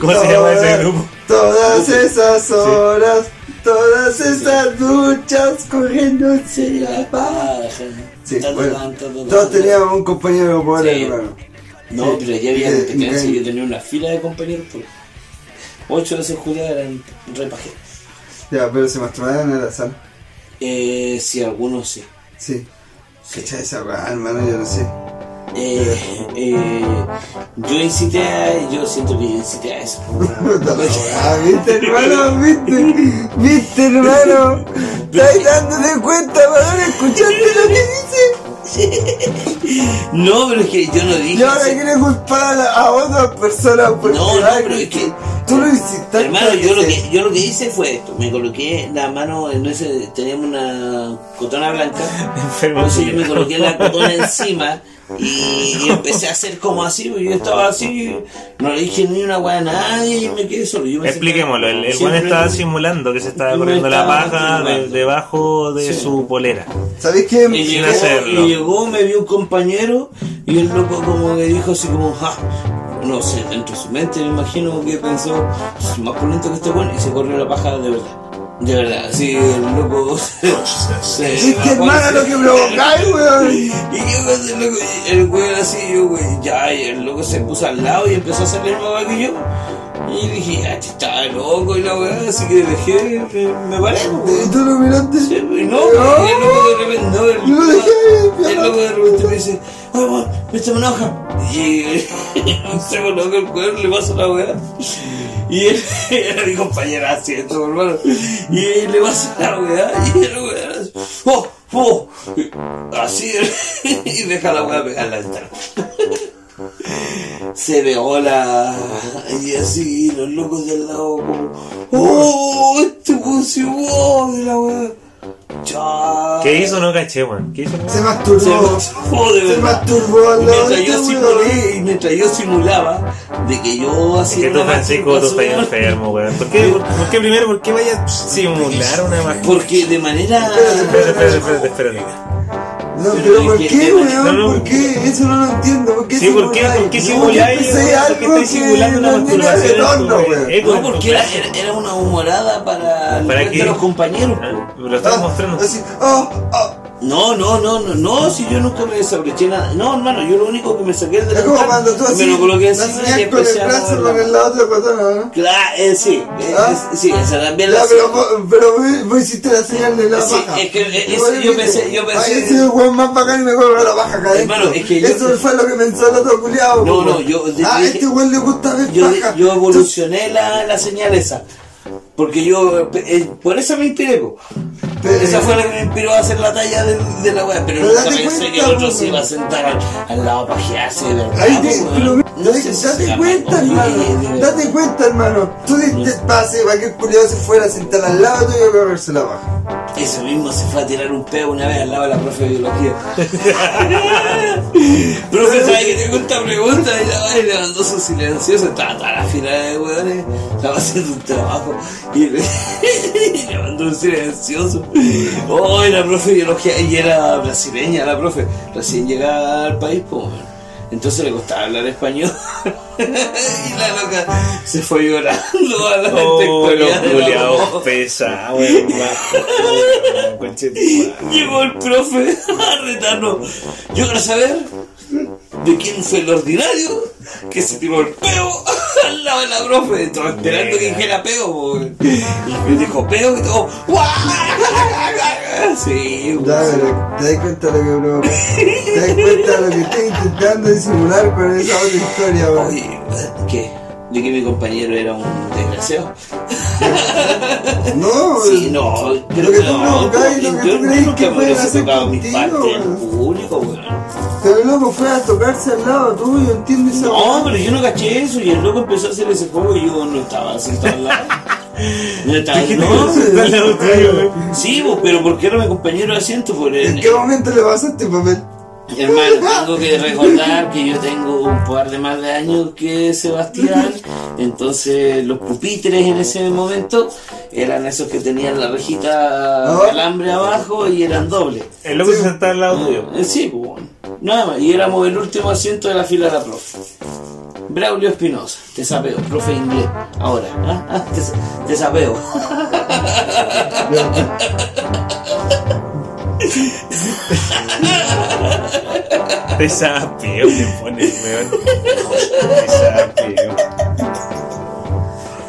Speaker 2: ¿Cómo se llama ese grupo?
Speaker 3: Todas esas horas, todas esas duchas corriéndose la paz. Sí,
Speaker 1: Tan,
Speaker 3: bueno,
Speaker 1: tan, tan, tan,
Speaker 3: todos
Speaker 1: tan.
Speaker 3: teníamos un compañero Paul,
Speaker 1: Sí.
Speaker 3: hermano.
Speaker 1: No, pero ya había
Speaker 3: Sí,
Speaker 1: competencia,
Speaker 3: bien.
Speaker 1: yo tenía una fila de compañeros, pues. Ocho de esos culiados eran repajeros.
Speaker 3: Ya, pero se masturbaban en el azar.
Speaker 1: Eh, sí, algunos sí.
Speaker 3: Sí.
Speaker 1: Sí.
Speaker 3: Cachai esa weá, hermano, yo no sé.
Speaker 1: Eh, eh, yo incité a, yo siento que yo incité a eso.
Speaker 3: Ah, ¿Viste, hermano? ¿Viste?
Speaker 1: [laughs]
Speaker 3: ¿Viste, hermano? ¿Estás dándote cuenta, weón? ¿Escuchaste lo que dice?
Speaker 1: [laughs] No, pero es que yo no dije.
Speaker 3: Y ahora
Speaker 1: así.
Speaker 3: quieres culpar a, a otras personas porque
Speaker 1: No, no,
Speaker 3: ay,
Speaker 1: pero es que-
Speaker 3: tú lo hiciste.
Speaker 1: Hermano,
Speaker 3: claro
Speaker 1: yo lo,
Speaker 3: sí.
Speaker 1: que, yo lo que hice fue esto. Me coloqué la mano, en ese, teníamos una cotona blanca.
Speaker 2: Enfermo.
Speaker 1: Entonces yo me coloqué la
Speaker 2: [laughs]
Speaker 1: cotona encima y, y empecé a hacer como así. porque Yo estaba así, no le dije ni una weá a nadie y me quedé solo. Yo me
Speaker 2: Expliquémoslo, el, el
Speaker 1: Siempre-
Speaker 2: weón estaba simulando que se estaba
Speaker 1: Me
Speaker 2: corriendo la
Speaker 1: estaba
Speaker 2: paja de-
Speaker 1: masturbando.
Speaker 2: debajo de
Speaker 1: Sí.
Speaker 2: su polera.
Speaker 3: ¿Sabéis qué?
Speaker 1: Y
Speaker 2: Sin
Speaker 1: Em, llegó,
Speaker 2: hacerlo.
Speaker 1: y llegó, me vio un compañero y el loco como que dijo así como, ja, no sé, dentro de su mente me imagino que pensó, es más polento que este weón y se corrió la paja de verdad. De verdad, así el loco [laughs] se...
Speaker 3: ¿Viste, hermano, lo que provocáis, weón?
Speaker 1: Y yo, pues, el loco, el weón así, yo, güey, ya, y el loco se puso al lado y empezó a salir más bajo que yo. Y dije, ah, está loco y la weá, así que dejé, me, me paré, pues, güey.
Speaker 3: ¿Y tú lo miraste?
Speaker 1: Sí, güey, No, porque el loco de repente, no, el
Speaker 3: Yo lo
Speaker 1: loco-
Speaker 3: dejé,
Speaker 1: el loco de repente me dice, oye, weón, me está una hoja. Y [laughs] se coloca el cuerno, le pasa la weá. Y él [laughs] era mi compañera así, esto, hermano. Y él le pasa la weá, y el weá, así, oh, oh, así, [laughs] y deja la weá pegar la ventana. Se pegó la. Y así, los locos del lado, como, oh, este funcionó, y la weá. Chao.
Speaker 2: ¿Qué hizo? No caché, weón. ¿Qué hizo?
Speaker 3: Se
Speaker 1: Se
Speaker 3: masturbó.
Speaker 1: masturbó, de
Speaker 3: Se
Speaker 1: verdad.
Speaker 3: masturbó al
Speaker 1: Y
Speaker 3: lado de
Speaker 1: mientras, yo
Speaker 3: este weón.
Speaker 1: simulé, y mientras yo simulaba de que yo
Speaker 2: Es
Speaker 1: hacía
Speaker 2: que tú,
Speaker 1: una
Speaker 2: Francisco, tú estás
Speaker 1: masturbación,
Speaker 2: enfermo, weón. ¿Por qué, por, por qué primero? ¿Por qué vayas a simular una masturbación?
Speaker 1: Porque de manera.
Speaker 2: Espérate, espérate, espérate, espérate.
Speaker 3: No,
Speaker 1: Pero
Speaker 3: pero
Speaker 1: es
Speaker 3: ¿por
Speaker 1: que
Speaker 3: qué,
Speaker 1: el tema-
Speaker 3: weón?
Speaker 2: no, no.
Speaker 3: ¿Por qué? Eso no lo entiendo. ¿Por qué
Speaker 2: Sí, ¿por qué? ¿Por qué simuláis?
Speaker 3: Porque
Speaker 2: ¿Por qué
Speaker 3: algo que
Speaker 2: estáis simulando una
Speaker 3: no tiene
Speaker 2: masturbación?
Speaker 3: retorno,
Speaker 2: en tu-
Speaker 3: weón.
Speaker 2: eh, con-
Speaker 1: No, porque era, era- era una humorada para el
Speaker 2: ¿Para
Speaker 1: resto
Speaker 2: qué?
Speaker 1: de los compañeros. po.
Speaker 2: Ah, Lo estás mostrando.
Speaker 3: Así, oh, oh.
Speaker 1: No, no, no, no, no, si yo nunca me desabroché nada. No, hermano, yo lo único que me saqué del
Speaker 3: Es como cuando tú
Speaker 1: y
Speaker 3: así,
Speaker 1: me lo coloqué
Speaker 3: la
Speaker 1: encima y
Speaker 3: tenías con el
Speaker 1: empecé a
Speaker 3: brazo
Speaker 1: moverla.
Speaker 3: con el lado de la patana, ¿no?
Speaker 1: Claro, eh, sí, eh,
Speaker 3: ¿Ah?
Speaker 1: es- sí, esa también la
Speaker 3: Ya, pero, vos- pero vos, vos hiciste la señal de la
Speaker 1: Sí,
Speaker 3: baja.
Speaker 1: es que, eh,
Speaker 3: Vos
Speaker 1: eso yo
Speaker 3: dijiste,
Speaker 1: pensé- yo pensé-
Speaker 3: "Ay, ese es el weón más bacán y me colgó la baja acá
Speaker 1: Hermano,
Speaker 3: adentro".
Speaker 1: es que yo-
Speaker 3: Eso fue lo que pensó el otro culiado.
Speaker 1: No, no, yo-
Speaker 3: Ah,
Speaker 1: yo-
Speaker 3: este weón le gusta ver
Speaker 1: yo,
Speaker 3: baja.
Speaker 1: yo evolucioné la, la señal esa. Porque yo, eh, eh, por eso me inspiré, po.
Speaker 3: Pero-
Speaker 1: Esa fue la que me inspiró a hacer la talla de, de la weá. Pero
Speaker 3: Pero
Speaker 1: nunca
Speaker 3: date
Speaker 1: pensé
Speaker 3: cuenta,
Speaker 1: que el otro
Speaker 3: po,
Speaker 1: se iba a sentar al, al lado para pajearse de verdad.
Speaker 3: Ahí te,
Speaker 1: po,
Speaker 3: pero,
Speaker 1: weón. No
Speaker 3: date,
Speaker 1: sé si
Speaker 3: date
Speaker 1: se
Speaker 3: cuenta,
Speaker 1: llama
Speaker 3: hermano.
Speaker 1: comedia, de
Speaker 3: Date cuenta, hermano. Tú diste pase para que el culiado se fuera a sentar al lado tuyo y colgarse la baja.
Speaker 1: Eso mismo se fue a tirar un pedo una vez al lado de la profe de biología. [laughs] profe, ¿sabes que tengo esta pregunta? Y la madre levantó su silencioso, estaba toda la fila de weones, estaba haciendo un trabajo. Y le, [laughs] y le mandó un silencioso. Oh, y la profe de biología, y era brasileña la profe, recién llegaba al país, pues. weón. Entonces le costaba hablar español. [laughs] y la loca se fue llorando a la
Speaker 2: Oh, los
Speaker 1: inspectoría de la
Speaker 2: culiados
Speaker 1: UOC.
Speaker 2: pesados, [laughs] weón. bajo, conchetumare.
Speaker 1: [laughs] Llegó el profe a retarnos. Yo quiero saber de quién fue el ordinario que se tiró el peo [laughs] al lado de la profe. Estaba esperando que dijera peo, po. Y me dijo peo y todo. [laughs] ¡guau! Sí, po.
Speaker 3: Ya, pero te das cuenta lo
Speaker 1: [laughs]
Speaker 3: que bro. Te das cuenta lo que estoy intentando disimular con esa otra historia, weón.
Speaker 1: Oye, ¿qué? De que mi compañero era un desgraciado.
Speaker 3: No,
Speaker 1: Sí, no,
Speaker 3: Lo que tú
Speaker 1: no,
Speaker 3: provocáis, lo que
Speaker 1: yo
Speaker 3: tú crees
Speaker 1: nunca
Speaker 3: que
Speaker 1: me
Speaker 3: pueden
Speaker 1: hubiese
Speaker 3: hacer
Speaker 1: tocado mis partes
Speaker 3: contigo,
Speaker 1: en
Speaker 3: weón.
Speaker 1: público, weón.
Speaker 3: Pero el loco fue a tocarse al lado tuyo, ¿entiendes? esa
Speaker 1: No,
Speaker 3: weá?
Speaker 1: pero yo no caché eso y el loco empezó a hacer ese juego y yo no estaba sentado al lado. No estaba no.
Speaker 2: Dale a otro, weón.
Speaker 1: Sí, vos, pero ¿por qué no mi compañero de asiento? Por
Speaker 3: ¿En qué momento le pasaste papel?
Speaker 1: Hermano, tengo que recordar que yo tengo un par de más de años que Sebastián, entonces los pupitres en ese momento eran esos que tenían la rejita de alambre abajo y eran dobles.
Speaker 2: El loco se sentaba al lado tuyo.
Speaker 1: Eh, Sí, pues bueno. Nada más. Y éramos el último asiento de la fila de la profe. Braulio Espinosa, te sapeo, profe de inglés. Ahora, ah, ah, te, sa- te sapeo.
Speaker 2: Desapeo te pones, Ah. weón. Desapeo.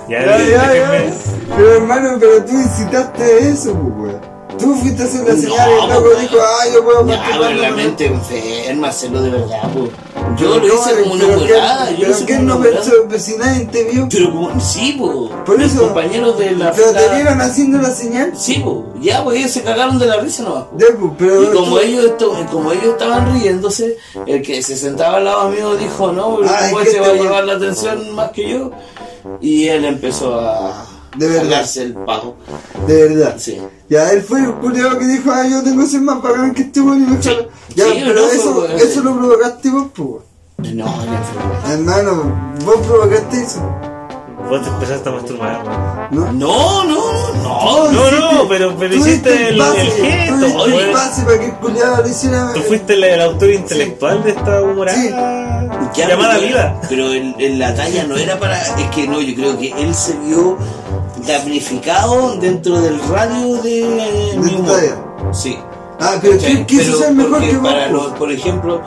Speaker 2: Ya,
Speaker 3: Ya, ya,
Speaker 2: déjenme.
Speaker 3: ya. Pero hermano, pero tú incitaste eso, pues, weón. Tú fuiste a hacer la señal y el
Speaker 1: No,
Speaker 3: loco
Speaker 1: pues,
Speaker 3: dijo, ah, yo puedo
Speaker 1: Ya, pero
Speaker 3: masturbarme
Speaker 1: la
Speaker 3: con
Speaker 1: mente enferma, hacerlo de verdad, pues.
Speaker 3: esto".
Speaker 1: Yo lo
Speaker 3: Pero
Speaker 1: hice
Speaker 3: no,
Speaker 1: como una
Speaker 3: pero que-
Speaker 1: volada. yo lo
Speaker 3: Pero
Speaker 1: hice
Speaker 3: que
Speaker 1: como una
Speaker 3: no
Speaker 1: volada.
Speaker 3: pensó, pues si nadie te vio.
Speaker 1: Pero como, sí, pues.
Speaker 3: Por
Speaker 1: Mis
Speaker 3: eso.
Speaker 1: compañeros de la
Speaker 3: Pero te
Speaker 1: fila.
Speaker 3: vieron haciendo la señal.
Speaker 1: Sí, pues. Ya, pues ellos se cagaron de la risa nomás.
Speaker 3: Ya, pues, pero.
Speaker 1: Y como
Speaker 3: tú-
Speaker 1: ellos, esto- eh, como ellos estaban riéndose, el que se sentaba al lado mío dijo, no, pero
Speaker 3: Ay,
Speaker 1: ¿cómo
Speaker 3: que
Speaker 1: se va
Speaker 3: este
Speaker 1: a
Speaker 3: weón-
Speaker 1: llevar la atención más que yo? Y él empezó a
Speaker 3: De verdad.
Speaker 1: sacarse el pago.
Speaker 3: De verdad.
Speaker 1: Sí.
Speaker 3: Ya, él fue el culiado que dijo, ah, yo tengo que ser más bacán que este weón y me jala". Ya,
Speaker 1: Sí,
Speaker 3: pero
Speaker 1: no,
Speaker 3: eso,
Speaker 1: pues,
Speaker 3: eso lo provocaste vos, pues. weón.
Speaker 1: No, la enfermedad.
Speaker 3: Hermano, vos provocaste eso.
Speaker 2: Vos te empezaste a masturbar, weón.
Speaker 3: ¿No?
Speaker 1: No, no, no, no.
Speaker 2: No, no, pero, pero hiciste el, el gesto,
Speaker 3: Tú diste el
Speaker 2: weón.
Speaker 3: pase para que el culiado lo hiciera.
Speaker 2: Tú fuiste el, el autor intelectual de esta humorada
Speaker 1: Ya,
Speaker 2: llamada
Speaker 1: pero-
Speaker 2: vida. [laughs]
Speaker 1: Pero en, en la talla no era para. Es que no, yo creo que él se vio damnificado dentro del radio de,
Speaker 3: De
Speaker 1: mi
Speaker 3: tu
Speaker 1: humor.
Speaker 3: talla.
Speaker 1: Sí.
Speaker 3: Ah, pero ¿quién
Speaker 1: ¿Cachai?
Speaker 3: quiso
Speaker 1: Pero
Speaker 3: ser mejor
Speaker 1: porque
Speaker 3: que vos? pues?
Speaker 1: para
Speaker 3: po?
Speaker 1: los- por ejemplo,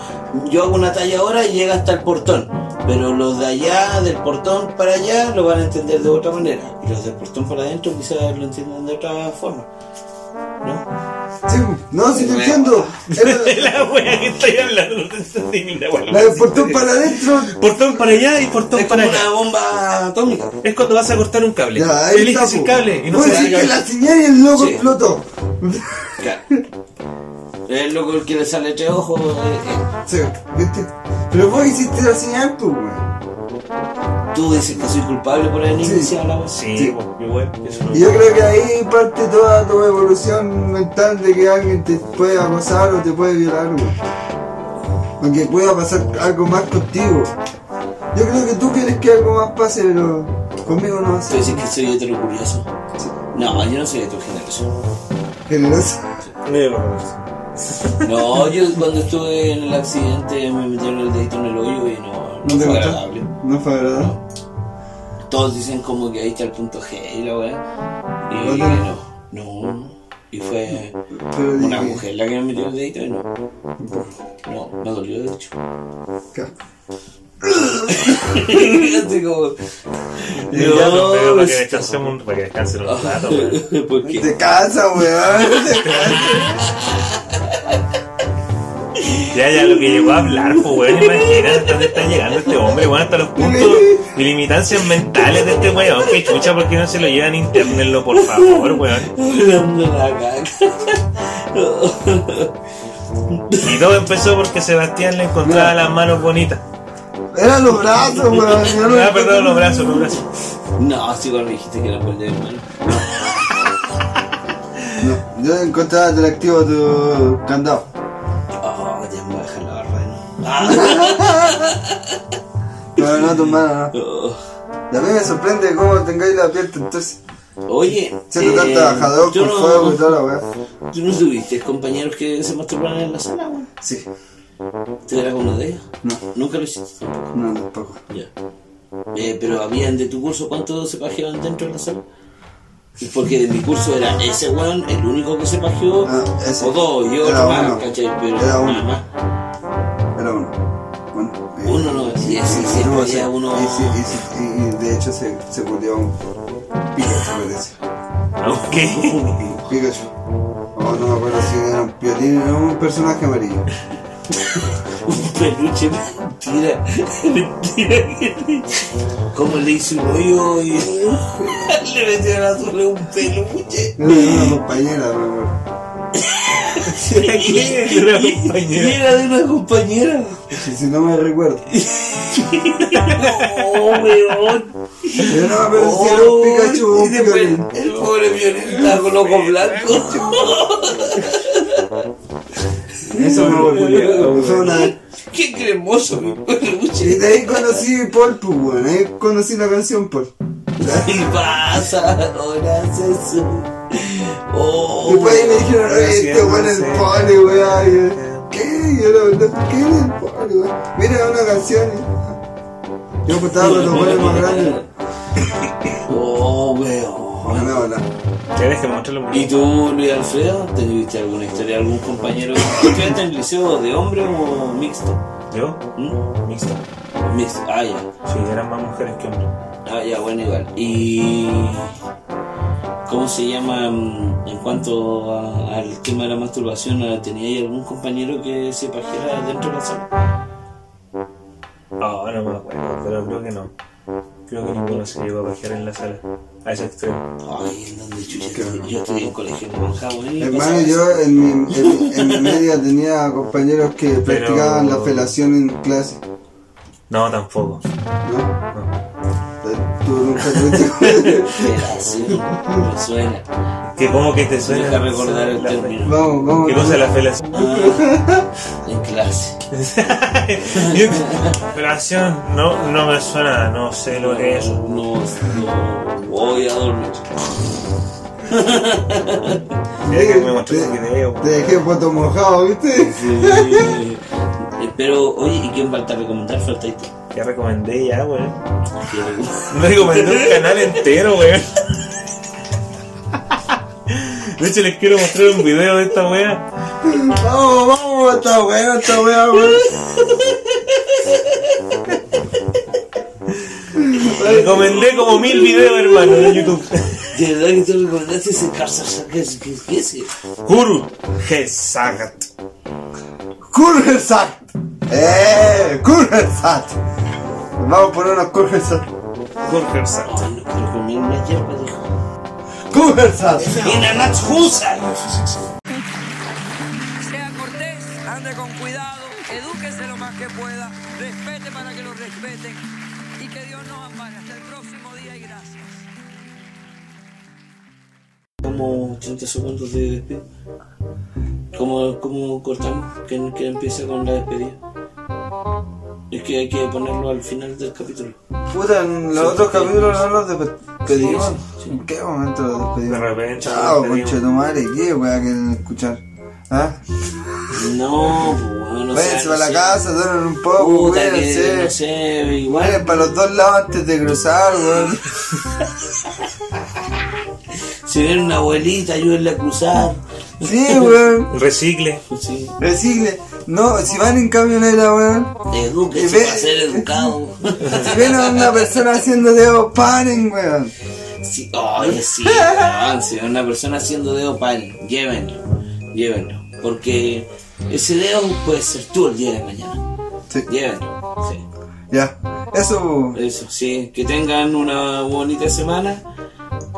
Speaker 1: yo hago una talla ahora y llega hasta el portón, pero los de allá, del portón para allá, lo van a entender de otra manera. Y los del portón para adentro quizás lo entiendan de otra forma. ¿No?
Speaker 3: Sí, no, si te
Speaker 1: Bueno.
Speaker 2: [laughs]
Speaker 3: entiendo. Era-
Speaker 2: La wea que estoy hablando, [laughs] no te entendí ni la
Speaker 3: La
Speaker 2: wea.
Speaker 3: del portón para adentro.
Speaker 2: Portón para allá y portón
Speaker 1: Es como
Speaker 2: para acá.
Speaker 1: una bomba
Speaker 2: [laughs]
Speaker 1: atómica.
Speaker 2: Es cuando vas a cortar un cable.
Speaker 3: Ya, ahí
Speaker 2: Eliges
Speaker 3: está,
Speaker 2: el
Speaker 3: po.
Speaker 2: cable y no
Speaker 3: Vos
Speaker 2: se
Speaker 3: decís
Speaker 2: da
Speaker 3: que
Speaker 2: el
Speaker 3: la
Speaker 2: cable.
Speaker 3: señal y el loco
Speaker 1: Sí.
Speaker 3: explotó.
Speaker 1: Claro. El loco el que le sale tres ojos. eh, eh.
Speaker 3: Sí, ¿viste? Pero vos hiciste la señal, tú, weón.
Speaker 1: Tú dices que soy culpable por haber
Speaker 3: Sí.
Speaker 1: iniciado la voz.
Speaker 2: Sí, po, yo, weón, eso no-
Speaker 3: Y yo creo que ahí parte toda tu evolución mental de que alguien te puede acosar o te puede violar, weón. Aunque pueda pasar algo más contigo. Yo creo que tú quieres que algo más pase, pero conmigo no va a
Speaker 1: Tú
Speaker 3: ser
Speaker 1: dices que soy hetero curioso. No, yo no soy de tu generación.
Speaker 3: generoso.
Speaker 2: Medio como eso.
Speaker 1: No, yo cuando estuve en el accidente me metieron el dedito en el hoyo y no, no
Speaker 3: ¿No te
Speaker 1: fue
Speaker 3: gustó?
Speaker 1: agradable.
Speaker 3: No fue agradable.
Speaker 1: Todos dicen como que ahí está el punto G y la weá. Y
Speaker 3: ¿No te
Speaker 1: no, no. Y fue
Speaker 3: Pero
Speaker 1: una
Speaker 3: dije,
Speaker 1: mujer la que me metió el dedito y no. No, me dolió de
Speaker 3: [laughs]
Speaker 1: hecho.
Speaker 3: qué asco.
Speaker 1: Así como.
Speaker 2: Pero
Speaker 1: No,
Speaker 2: para que
Speaker 1: es-
Speaker 2: descansemos un- para que descansen un rato, weón.
Speaker 1: [laughs] ¿Por qué?
Speaker 3: Te cansa, weón. Te cansa.
Speaker 2: Ya, ya, lo que llegó a hablar, pues, weón, imagínate hasta dónde está llegando este hombre, weón, hasta los puntos y limitancias mentales de este weón. Que chucha, ¿por qué no se lo llevan a internet,
Speaker 3: [laughs]
Speaker 2: por favor, weón?
Speaker 1: Hablando de la caca. No.
Speaker 2: Y todo empezó porque Sebastián le encontraba las manos bonitas.
Speaker 3: Eran los brazos, weón. Yo no-
Speaker 2: Ah, perdón, los brazos, los brazos.
Speaker 1: No, si igual me dijiste que era por de mi mano.
Speaker 3: No, yo encontraba atractivo tu candado.
Speaker 1: Oh, ya me voy a dejar la barba de nuevo. Ah,
Speaker 3: Pero no tu mano, no.
Speaker 1: no.
Speaker 3: Y a mí me sorprende cómo tengáis la piel entonces.
Speaker 1: Oye,
Speaker 3: Siendo
Speaker 1: eh,
Speaker 3: tan trabajador
Speaker 1: ¿tú
Speaker 3: con
Speaker 1: no-
Speaker 3: fuego y toda la weá.
Speaker 1: ¿Tú no tuviste compañeros que se masturbaron en la sala, weón?
Speaker 3: Sí,
Speaker 1: ¿Tú eras uno de ellos?
Speaker 3: No.
Speaker 1: Nunca lo hiciste tampoco.
Speaker 3: no, tampoco.
Speaker 1: Ya. Eh, pero habían de tu curso, ¿cuántos se pajeaban dentro de la sala? Porque de mi curso era ese weón, el único que se pajeó,
Speaker 3: Ah, ese.
Speaker 1: o dos, y
Speaker 3: Era
Speaker 1: otro más,
Speaker 3: uno.
Speaker 1: ¿cachai? Pero
Speaker 3: Era
Speaker 1: nada
Speaker 3: uno.
Speaker 1: más.
Speaker 3: Era uno. Bueno, eh,
Speaker 1: Uno no, sí, sí,
Speaker 3: y
Speaker 1: sí,
Speaker 3: tuvo
Speaker 1: había
Speaker 3: se-
Speaker 1: uno-
Speaker 3: Y, sí- y sí- y- y de hecho se, se volvió un Pikachu, parece.
Speaker 2: Ok.
Speaker 3: Un Pikachu. Oh, no me acuerdo si era un piolín o un personaje amarillo.
Speaker 1: Un peluche, mentira, [laughs] mentira. que- ¿Cómo le hizo un hoyo y [laughs] le metió la sobre un peluche?
Speaker 3: Era de
Speaker 1: [laughs]
Speaker 3: una compañera, me acuerdo.
Speaker 1: [laughs] Y
Speaker 2: Era una compañera.
Speaker 1: y era de una compañera.
Speaker 3: Si, si no me
Speaker 1: [laughs]
Speaker 3: recuerdo.
Speaker 1: No, weón.
Speaker 3: Yo no me acuerdo si era un Pikachu o
Speaker 1: Oh,
Speaker 3: un
Speaker 1: y después
Speaker 3: piolín.
Speaker 1: el pobre violenta con loco blanco.
Speaker 3: Eso
Speaker 1: [laughs]
Speaker 3: me volvió. [laughs] Fue una.
Speaker 1: Qué cremoso mi
Speaker 3: Y
Speaker 1: peluche.
Speaker 3: de ahí conocí Paul, pues, bueno, ahí conocí la canción Paul.
Speaker 1: Y pasa, ahora haces eso. Oh,
Speaker 3: Después ahí me dijeron, oye, este weón es el Paul, weá. y yo, ¿Qué? Y Yo la verdad, ¿qué es el Paul, weá? Mira una canción. y- Yo pues, estaba con los weones más grandes.
Speaker 1: Oh,
Speaker 3: No
Speaker 1: weón.
Speaker 3: me habla.
Speaker 2: ¿Quieres que muestre lo
Speaker 1: ¿Y tú, Luis Alfredo, tuviste alguna historia de algún compañero? ¿Estudiaste en el liceo de hombre o mixto?
Speaker 2: ¿Yo?
Speaker 1: ¿Mm?
Speaker 2: Mixto.
Speaker 1: Mixto, ah, ya.
Speaker 2: Sí, eran más mujeres que hombres.
Speaker 1: Ah, ya, bueno, igual. ¿Y cómo se llama mm, en cuanto a- al tema de la masturbación? ¿ah, ¿Tenía ahí algún compañero que se pajeara dentro de la sala?
Speaker 2: Ah, no me acuerdo, pero creo que no. Creo que ninguno se llegó a bajar en la sala. A ese extremo.
Speaker 1: Ay, ¿en dónde chucha? estoy? Yo estudié en colegio en Manhattan. ¿eh?
Speaker 3: Hermano, yo en mi, en, en mi media tenía compañeros que practicaban la felación en clase.
Speaker 2: No, tampoco.
Speaker 3: ¿No? Tú nunca tuviste.
Speaker 1: Me suena.
Speaker 2: Que como que te suena.
Speaker 1: Deja recordar el
Speaker 2: la-
Speaker 1: término.
Speaker 3: [laughs] Vamos, vamos.
Speaker 2: ¿Qué cosa la felación?
Speaker 1: [laughs] Ah, [laughs] en clase.
Speaker 2: Yo- Felación, no, no me suena, no sé lo que es. eso.
Speaker 1: No, no voy a dormir.
Speaker 2: Mira que me mostró un video.
Speaker 3: Te dejé foto mojado, ¿viste?
Speaker 1: [laughs] Eh, Pero, oye, ¿y quién falta recomendar? Falta esto.
Speaker 2: Ya recomendé ya, weón. Recomendé un canal entero, weón. De hecho, les quiero mostrar un video de esta wea.
Speaker 3: Vamos, vamos, esta weá, esta weá, weón.
Speaker 2: Recomendé como mil videos, hermano, de YouTube.
Speaker 1: De verdad que tú recomendaste ese Karzasha, ¿qué es? ¿Qué es? ¿Qué es?
Speaker 2: Guru Gesagat.
Speaker 3: Kurhersat. Eh, Kurhersat. Vamos a poner unos Kurhersat.
Speaker 2: Guru Gesagat.
Speaker 1: Ay, no quiero comer una hierba, dijo.
Speaker 3: Kurhersat.
Speaker 1: ¡Y la Natsusa!
Speaker 8: Sea cortés, ande con cuidado, edúquese lo más que pueda, respete para que lo respeten y que Dios nos ampare. Hasta el próximo día y gracias.
Speaker 1: Como 80 segundos de despedida. ¿Cómo, cómo cortamos? ¿Quién, quién empieza con la despedida? Es que hay que ponerlo al final del capítulo.
Speaker 3: Puta, en los
Speaker 1: Sí,
Speaker 3: otros
Speaker 1: sí.
Speaker 3: capítulos no los despedimos.
Speaker 1: Sí, sí, sí.
Speaker 3: ¿En qué momento los
Speaker 2: De
Speaker 3: despedimos?
Speaker 2: repente,
Speaker 3: Chao,
Speaker 2: despedimos.
Speaker 3: concha de tu madre, qué weá que escuchar. ¿Ah?
Speaker 1: No, pues bueno, o sea,
Speaker 3: Váyanse
Speaker 1: no
Speaker 3: para la
Speaker 1: sé.
Speaker 3: casa, duermen un poco,
Speaker 1: Puta que, no
Speaker 3: cuídense.
Speaker 1: sé, igual.
Speaker 3: Vayan
Speaker 2: Eh.
Speaker 3: para los dos lados antes de
Speaker 1: [laughs]
Speaker 3: cruzar, weón.
Speaker 1: Si ven una abuelita, ayúdenle a cruzar. pues
Speaker 3: Sí, weón.
Speaker 2: Recicle.
Speaker 1: Sí.
Speaker 3: Recicle. No, si van en camioneta, weón. Y
Speaker 1: Edúquense
Speaker 3: ve-
Speaker 1: para ser educado. [laughs]
Speaker 3: Si ven a una persona haciendo dedo, paren, weón.
Speaker 1: Sí, oye, sí, weón, si es una persona haciendo dedo pal, llévenlo, llévenlo, porque ese dedo puede ser tú el día de mañana,
Speaker 3: Sí,
Speaker 1: llévenlo, sí,
Speaker 3: ya. Eso.
Speaker 1: eso, sí, que tengan una bonita semana,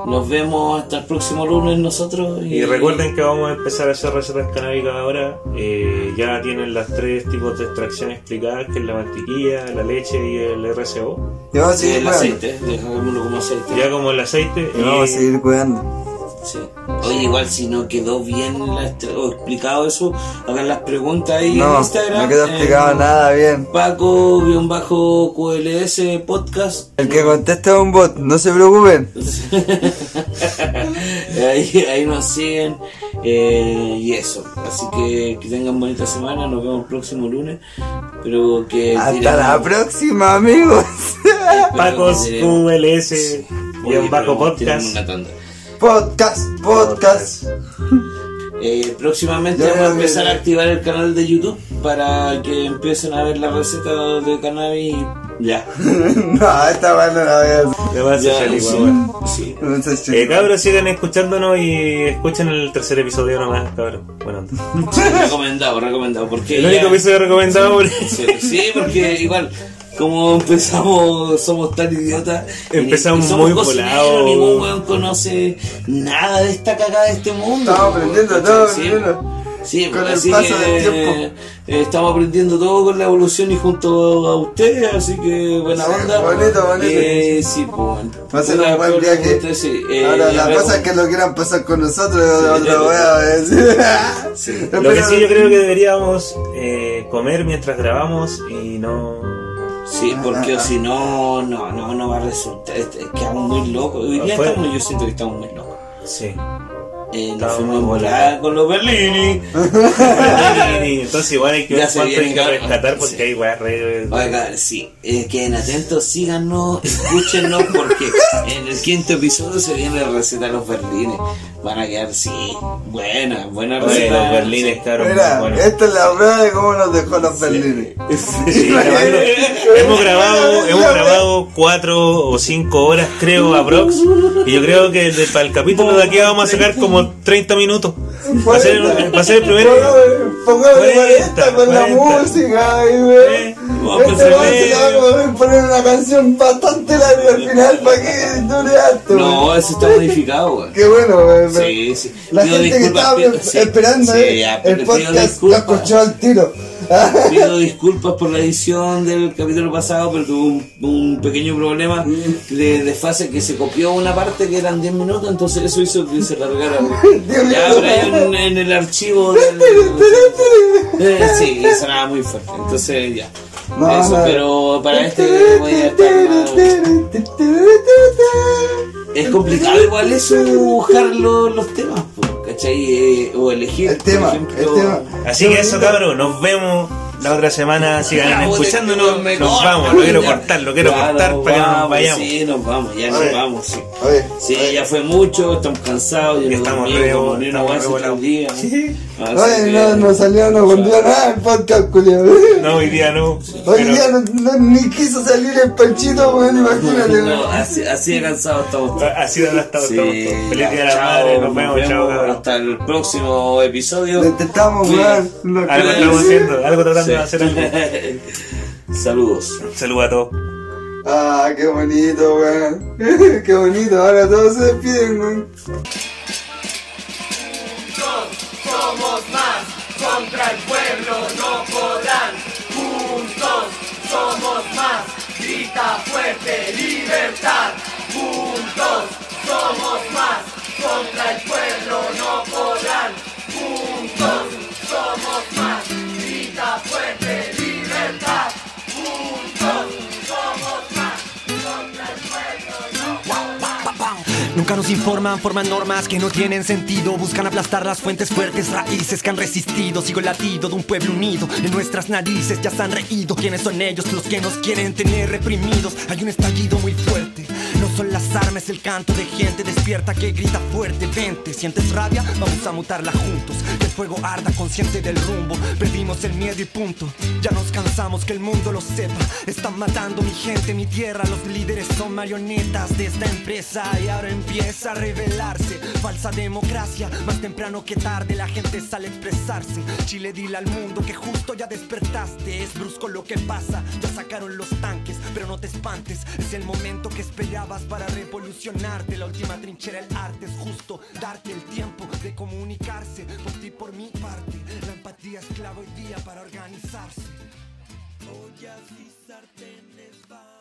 Speaker 1: nos vemos hasta el próximo lunes nosotros
Speaker 2: Y recuerden que vamos a empezar a hacer recetas canábicas ahora. Eh, ya tienen las tres tipos de extracciones explicadas, que es la mantequilla, la leche y el RCO.
Speaker 3: Y vamos a seguir
Speaker 1: el
Speaker 3: weón.
Speaker 1: aceite, dejémoslo como aceite,
Speaker 2: Ya como el aceite.
Speaker 3: Y vamos a
Speaker 2: eh,
Speaker 3: seguir cuidando.
Speaker 1: sí. Oye, igual si no quedó bien la estra- o explicado eso, hagan las preguntas ahí en
Speaker 3: No,
Speaker 1: Instagram. eh,
Speaker 3: no quedó explicado
Speaker 1: en
Speaker 3: nada bien.
Speaker 1: Paco-QLS podcast. [laughs]
Speaker 3: El que conteste es un bot, no se preocupen.
Speaker 1: ahí, ahí nos siguen eh, y eso. Así que que tengan bonita semana, nos vemos el próximo lunes. Pero que
Speaker 3: Hasta
Speaker 1: diremos-
Speaker 3: la próxima, amigos.
Speaker 1: pero que
Speaker 2: Pacos
Speaker 1: diremos-
Speaker 2: QLS y
Speaker 1: Oye,
Speaker 2: un Baco
Speaker 1: pero tenemos
Speaker 2: Podcast.
Speaker 1: una tanda.
Speaker 3: Podcast, podcast.
Speaker 1: Eh, próximamente
Speaker 3: Ya,
Speaker 1: vamos a
Speaker 3: ya,
Speaker 1: empezar
Speaker 3: ya.
Speaker 1: a activar el canal de YouTube para que empiecen a ver la receta de cannabis. Ya,
Speaker 3: [laughs] no, esta weá no la voy a hacer.
Speaker 2: Ya va a ser
Speaker 1: ya,
Speaker 2: feliz,
Speaker 1: sí,
Speaker 2: weón.
Speaker 1: sí.
Speaker 3: No sé, chico.
Speaker 2: Eh, cabros, sigan escuchándonos y escuchen el tercer episodio nomás, cabros. Bueno,
Speaker 1: Recomendado, recomendado. Porque
Speaker 2: el
Speaker 1: ya-
Speaker 2: único episodio recomendado por-
Speaker 1: Sí, sí, porque igual, como empezamos, somos tan idiotas.
Speaker 2: Empezamos
Speaker 1: y somos
Speaker 2: muy
Speaker 1: cocineros,
Speaker 2: volados.
Speaker 1: Ningún weón conoce nada de esta cagada de este mundo.
Speaker 3: Estamos aprendiendo,
Speaker 1: ¿cachai?
Speaker 3: estamos
Speaker 1: Sí,
Speaker 3: aprendiendo.
Speaker 1: Sí,
Speaker 3: Con el
Speaker 1: así
Speaker 3: paso
Speaker 1: que,
Speaker 3: del tiempo.
Speaker 1: eh, estamos aprendiendo todo con la evolución y junto a ustedes, así que buena
Speaker 3: Sí,
Speaker 1: onda.
Speaker 3: bonito, bonito.
Speaker 1: Eh, sí, pues, bueno.
Speaker 3: Va a ser
Speaker 1: Puta,
Speaker 3: un buen
Speaker 1: pero
Speaker 3: viaje.
Speaker 1: ustedes, sí, eh,
Speaker 3: Ahora,
Speaker 1: ya
Speaker 3: la
Speaker 1: vemos.
Speaker 3: cosa es que lo quieran pasar con nosotros,
Speaker 1: Sí,
Speaker 3: otra
Speaker 1: sí.
Speaker 3: weá, weón. [laughs]
Speaker 1: Sí.
Speaker 2: Lo que sí yo creo que deberíamos eh, comer mientras grabamos y no...
Speaker 1: Sí,
Speaker 3: Ah,
Speaker 1: porque si no, no, no, no va a resultar. Es- es- Quedamos muy locos. Hoy día
Speaker 2: Fue-
Speaker 1: estamos, yo siento que estamos muy locos.
Speaker 2: Sí.
Speaker 1: Eh, nos
Speaker 2: Estamos
Speaker 1: fuimos a
Speaker 2: muy
Speaker 1: volar con los Berlini.
Speaker 2: Entonces igual hay que
Speaker 1: Ya
Speaker 2: ver
Speaker 1: se
Speaker 2: cuánto hay
Speaker 1: viene,
Speaker 2: que
Speaker 1: cabrón.
Speaker 2: rescatar porque
Speaker 1: Sí. Ah,
Speaker 2: hay weas re...
Speaker 1: Oiga, sí, eh, queden atentos, síganos, escúchenos, porque en el quinto episodio se viene la receta de los Berlines. Van a quedar, sí, buena, buena
Speaker 2: Oye,
Speaker 1: receta.
Speaker 2: los berlines, cabrón.
Speaker 3: Mira,
Speaker 2: bueno.
Speaker 1: este
Speaker 3: esta es la prueba de cómo nos dejó los Berlines.
Speaker 2: Sí, grabando- hemos grabado, hemos grabado cuatro o cinco horas, creo, a Brox. Y yo creo que de- para el capítulo de aquí vamos a sacar como 30 minutos. Va a ser, va a ser el primero.
Speaker 3: Pongamos
Speaker 2: 40,
Speaker 3: 40 con la
Speaker 2: 40.
Speaker 3: música, ay,
Speaker 2: Eh,
Speaker 3: weón.
Speaker 2: vamos a
Speaker 3: Este
Speaker 2: poner
Speaker 3: weón se la va a poder poner una canción bastante larga al final para que dure harto.
Speaker 1: No, eso está modificado, güey.
Speaker 3: Qué bueno, weón.
Speaker 1: Sí, sí.
Speaker 3: La
Speaker 1: Pido
Speaker 3: gente que
Speaker 1: disculpas,
Speaker 3: estaba
Speaker 1: pido- sí,
Speaker 3: esperando
Speaker 1: sí,
Speaker 3: eh,
Speaker 1: ya,
Speaker 3: el
Speaker 1: pido
Speaker 3: podcast lo
Speaker 1: disculpas.
Speaker 3: escuchó al tiro.
Speaker 1: Pido disculpas por la edición del capítulo pasado, pero tuve un, un pequeño problema de, de fase que se copió una parte que eran 10 minutos, entonces eso hizo que se
Speaker 3: [laughs]
Speaker 1: largara.
Speaker 3: Dios
Speaker 1: Ya,
Speaker 3: mío.
Speaker 1: pero hay un- en el archivo del. Eh, sí, y sonaba muy fuerte, entonces ya.
Speaker 3: No,
Speaker 1: Eso,
Speaker 3: no.
Speaker 1: pero para este voy a estar más- Es complicado igual eso, buscar lo- los temas, po, ¿cachai? Eh, o elegir.
Speaker 3: El
Speaker 1: por
Speaker 3: tema,
Speaker 1: ejemplo,
Speaker 3: el tema.
Speaker 2: Así que eso, cabros, nos vemos la otra semana.
Speaker 1: Ah,
Speaker 2: Sigan
Speaker 1: vos
Speaker 2: escuchándonos.
Speaker 1: te- me
Speaker 2: Nos
Speaker 1: corta,
Speaker 2: vamos, lo quiero
Speaker 1: ya.
Speaker 2: cortar, lo quiero
Speaker 1: Ya,
Speaker 2: cortar
Speaker 1: nos
Speaker 2: para que nos
Speaker 1: vamos,
Speaker 2: vayamos.
Speaker 1: Sí, nos vamos, ya
Speaker 3: Oye.
Speaker 1: nos vamos, sí.
Speaker 3: Oye,
Speaker 1: Sí,
Speaker 3: oye,
Speaker 1: ya fue mucho, estamos cansados, ya
Speaker 2: Ya
Speaker 1: no
Speaker 2: estamos
Speaker 1: dormimos,
Speaker 2: re-
Speaker 1: como ni una
Speaker 2: estamos
Speaker 1: hueá
Speaker 2: re
Speaker 1: hace
Speaker 2: volados.
Speaker 1: tres días. Así
Speaker 3: oye,
Speaker 1: que-
Speaker 3: no, no salió, no volvió nada el podcast, culiao.
Speaker 2: No, hoy día no.
Speaker 3: Hoy
Speaker 2: pero-
Speaker 3: día no, no- ni quiso salir el panchito, weón, imagínate.
Speaker 1: No,
Speaker 3: weón.
Speaker 1: así, así de cansados estamos. todos.
Speaker 2: Así nos ha estado
Speaker 1: Sí,
Speaker 2: estamos todos. Feliz
Speaker 1: ya,
Speaker 2: día de la
Speaker 1: chao,
Speaker 2: madre, nos vemos, chao, cabros.
Speaker 1: Hasta el próximo episodio.
Speaker 3: Detestamos, weón. lo que-
Speaker 2: Algo estamos haciendo, algo tratando de hacer algo.
Speaker 1: [laughs] Saludos.
Speaker 2: Saludos a todos.
Speaker 3: Ah, qué bonito, weón. [laughs] qué bonito, ahora todos se despiden, weón.
Speaker 9: Nunca nos informan, forman normas que no tienen sentido. Buscan aplastar las fuentes fuertes, raíces que han resistido. Sigo el latido de un pueblo unido. En nuestras narices ya se han reído. ¿Quiénes son ellos los que nos quieren tener reprimidos? Hay un estallido muy fuerte. No son las armas, es el canto de gente despierta que grita fuerte. Vente, sientes rabia, vamos a mutarla juntos. Que el fuego arda consciente del rumbo. Perdimos el miedo y punto. Ya nos cansamos que el mundo lo sepa. Están matando mi gente, mi tierra. Los líderes son marionetas de esta empresa. Y ahora empieza a revelarse. Falsa democracia, más temprano que tarde la gente sale a expresarse. Chile dile al mundo que justo ya despertaste. Es brusco lo que pasa, ya sacaron los tanques. Pero no te espantes, es el momento que esperabas para revolucionarte. La última trinchera, el arte es justo darte el tiempo de comunicarse. Por ti, por mi parte, la empatía es clave hoy día para organizarse. Ollas y sartenes van.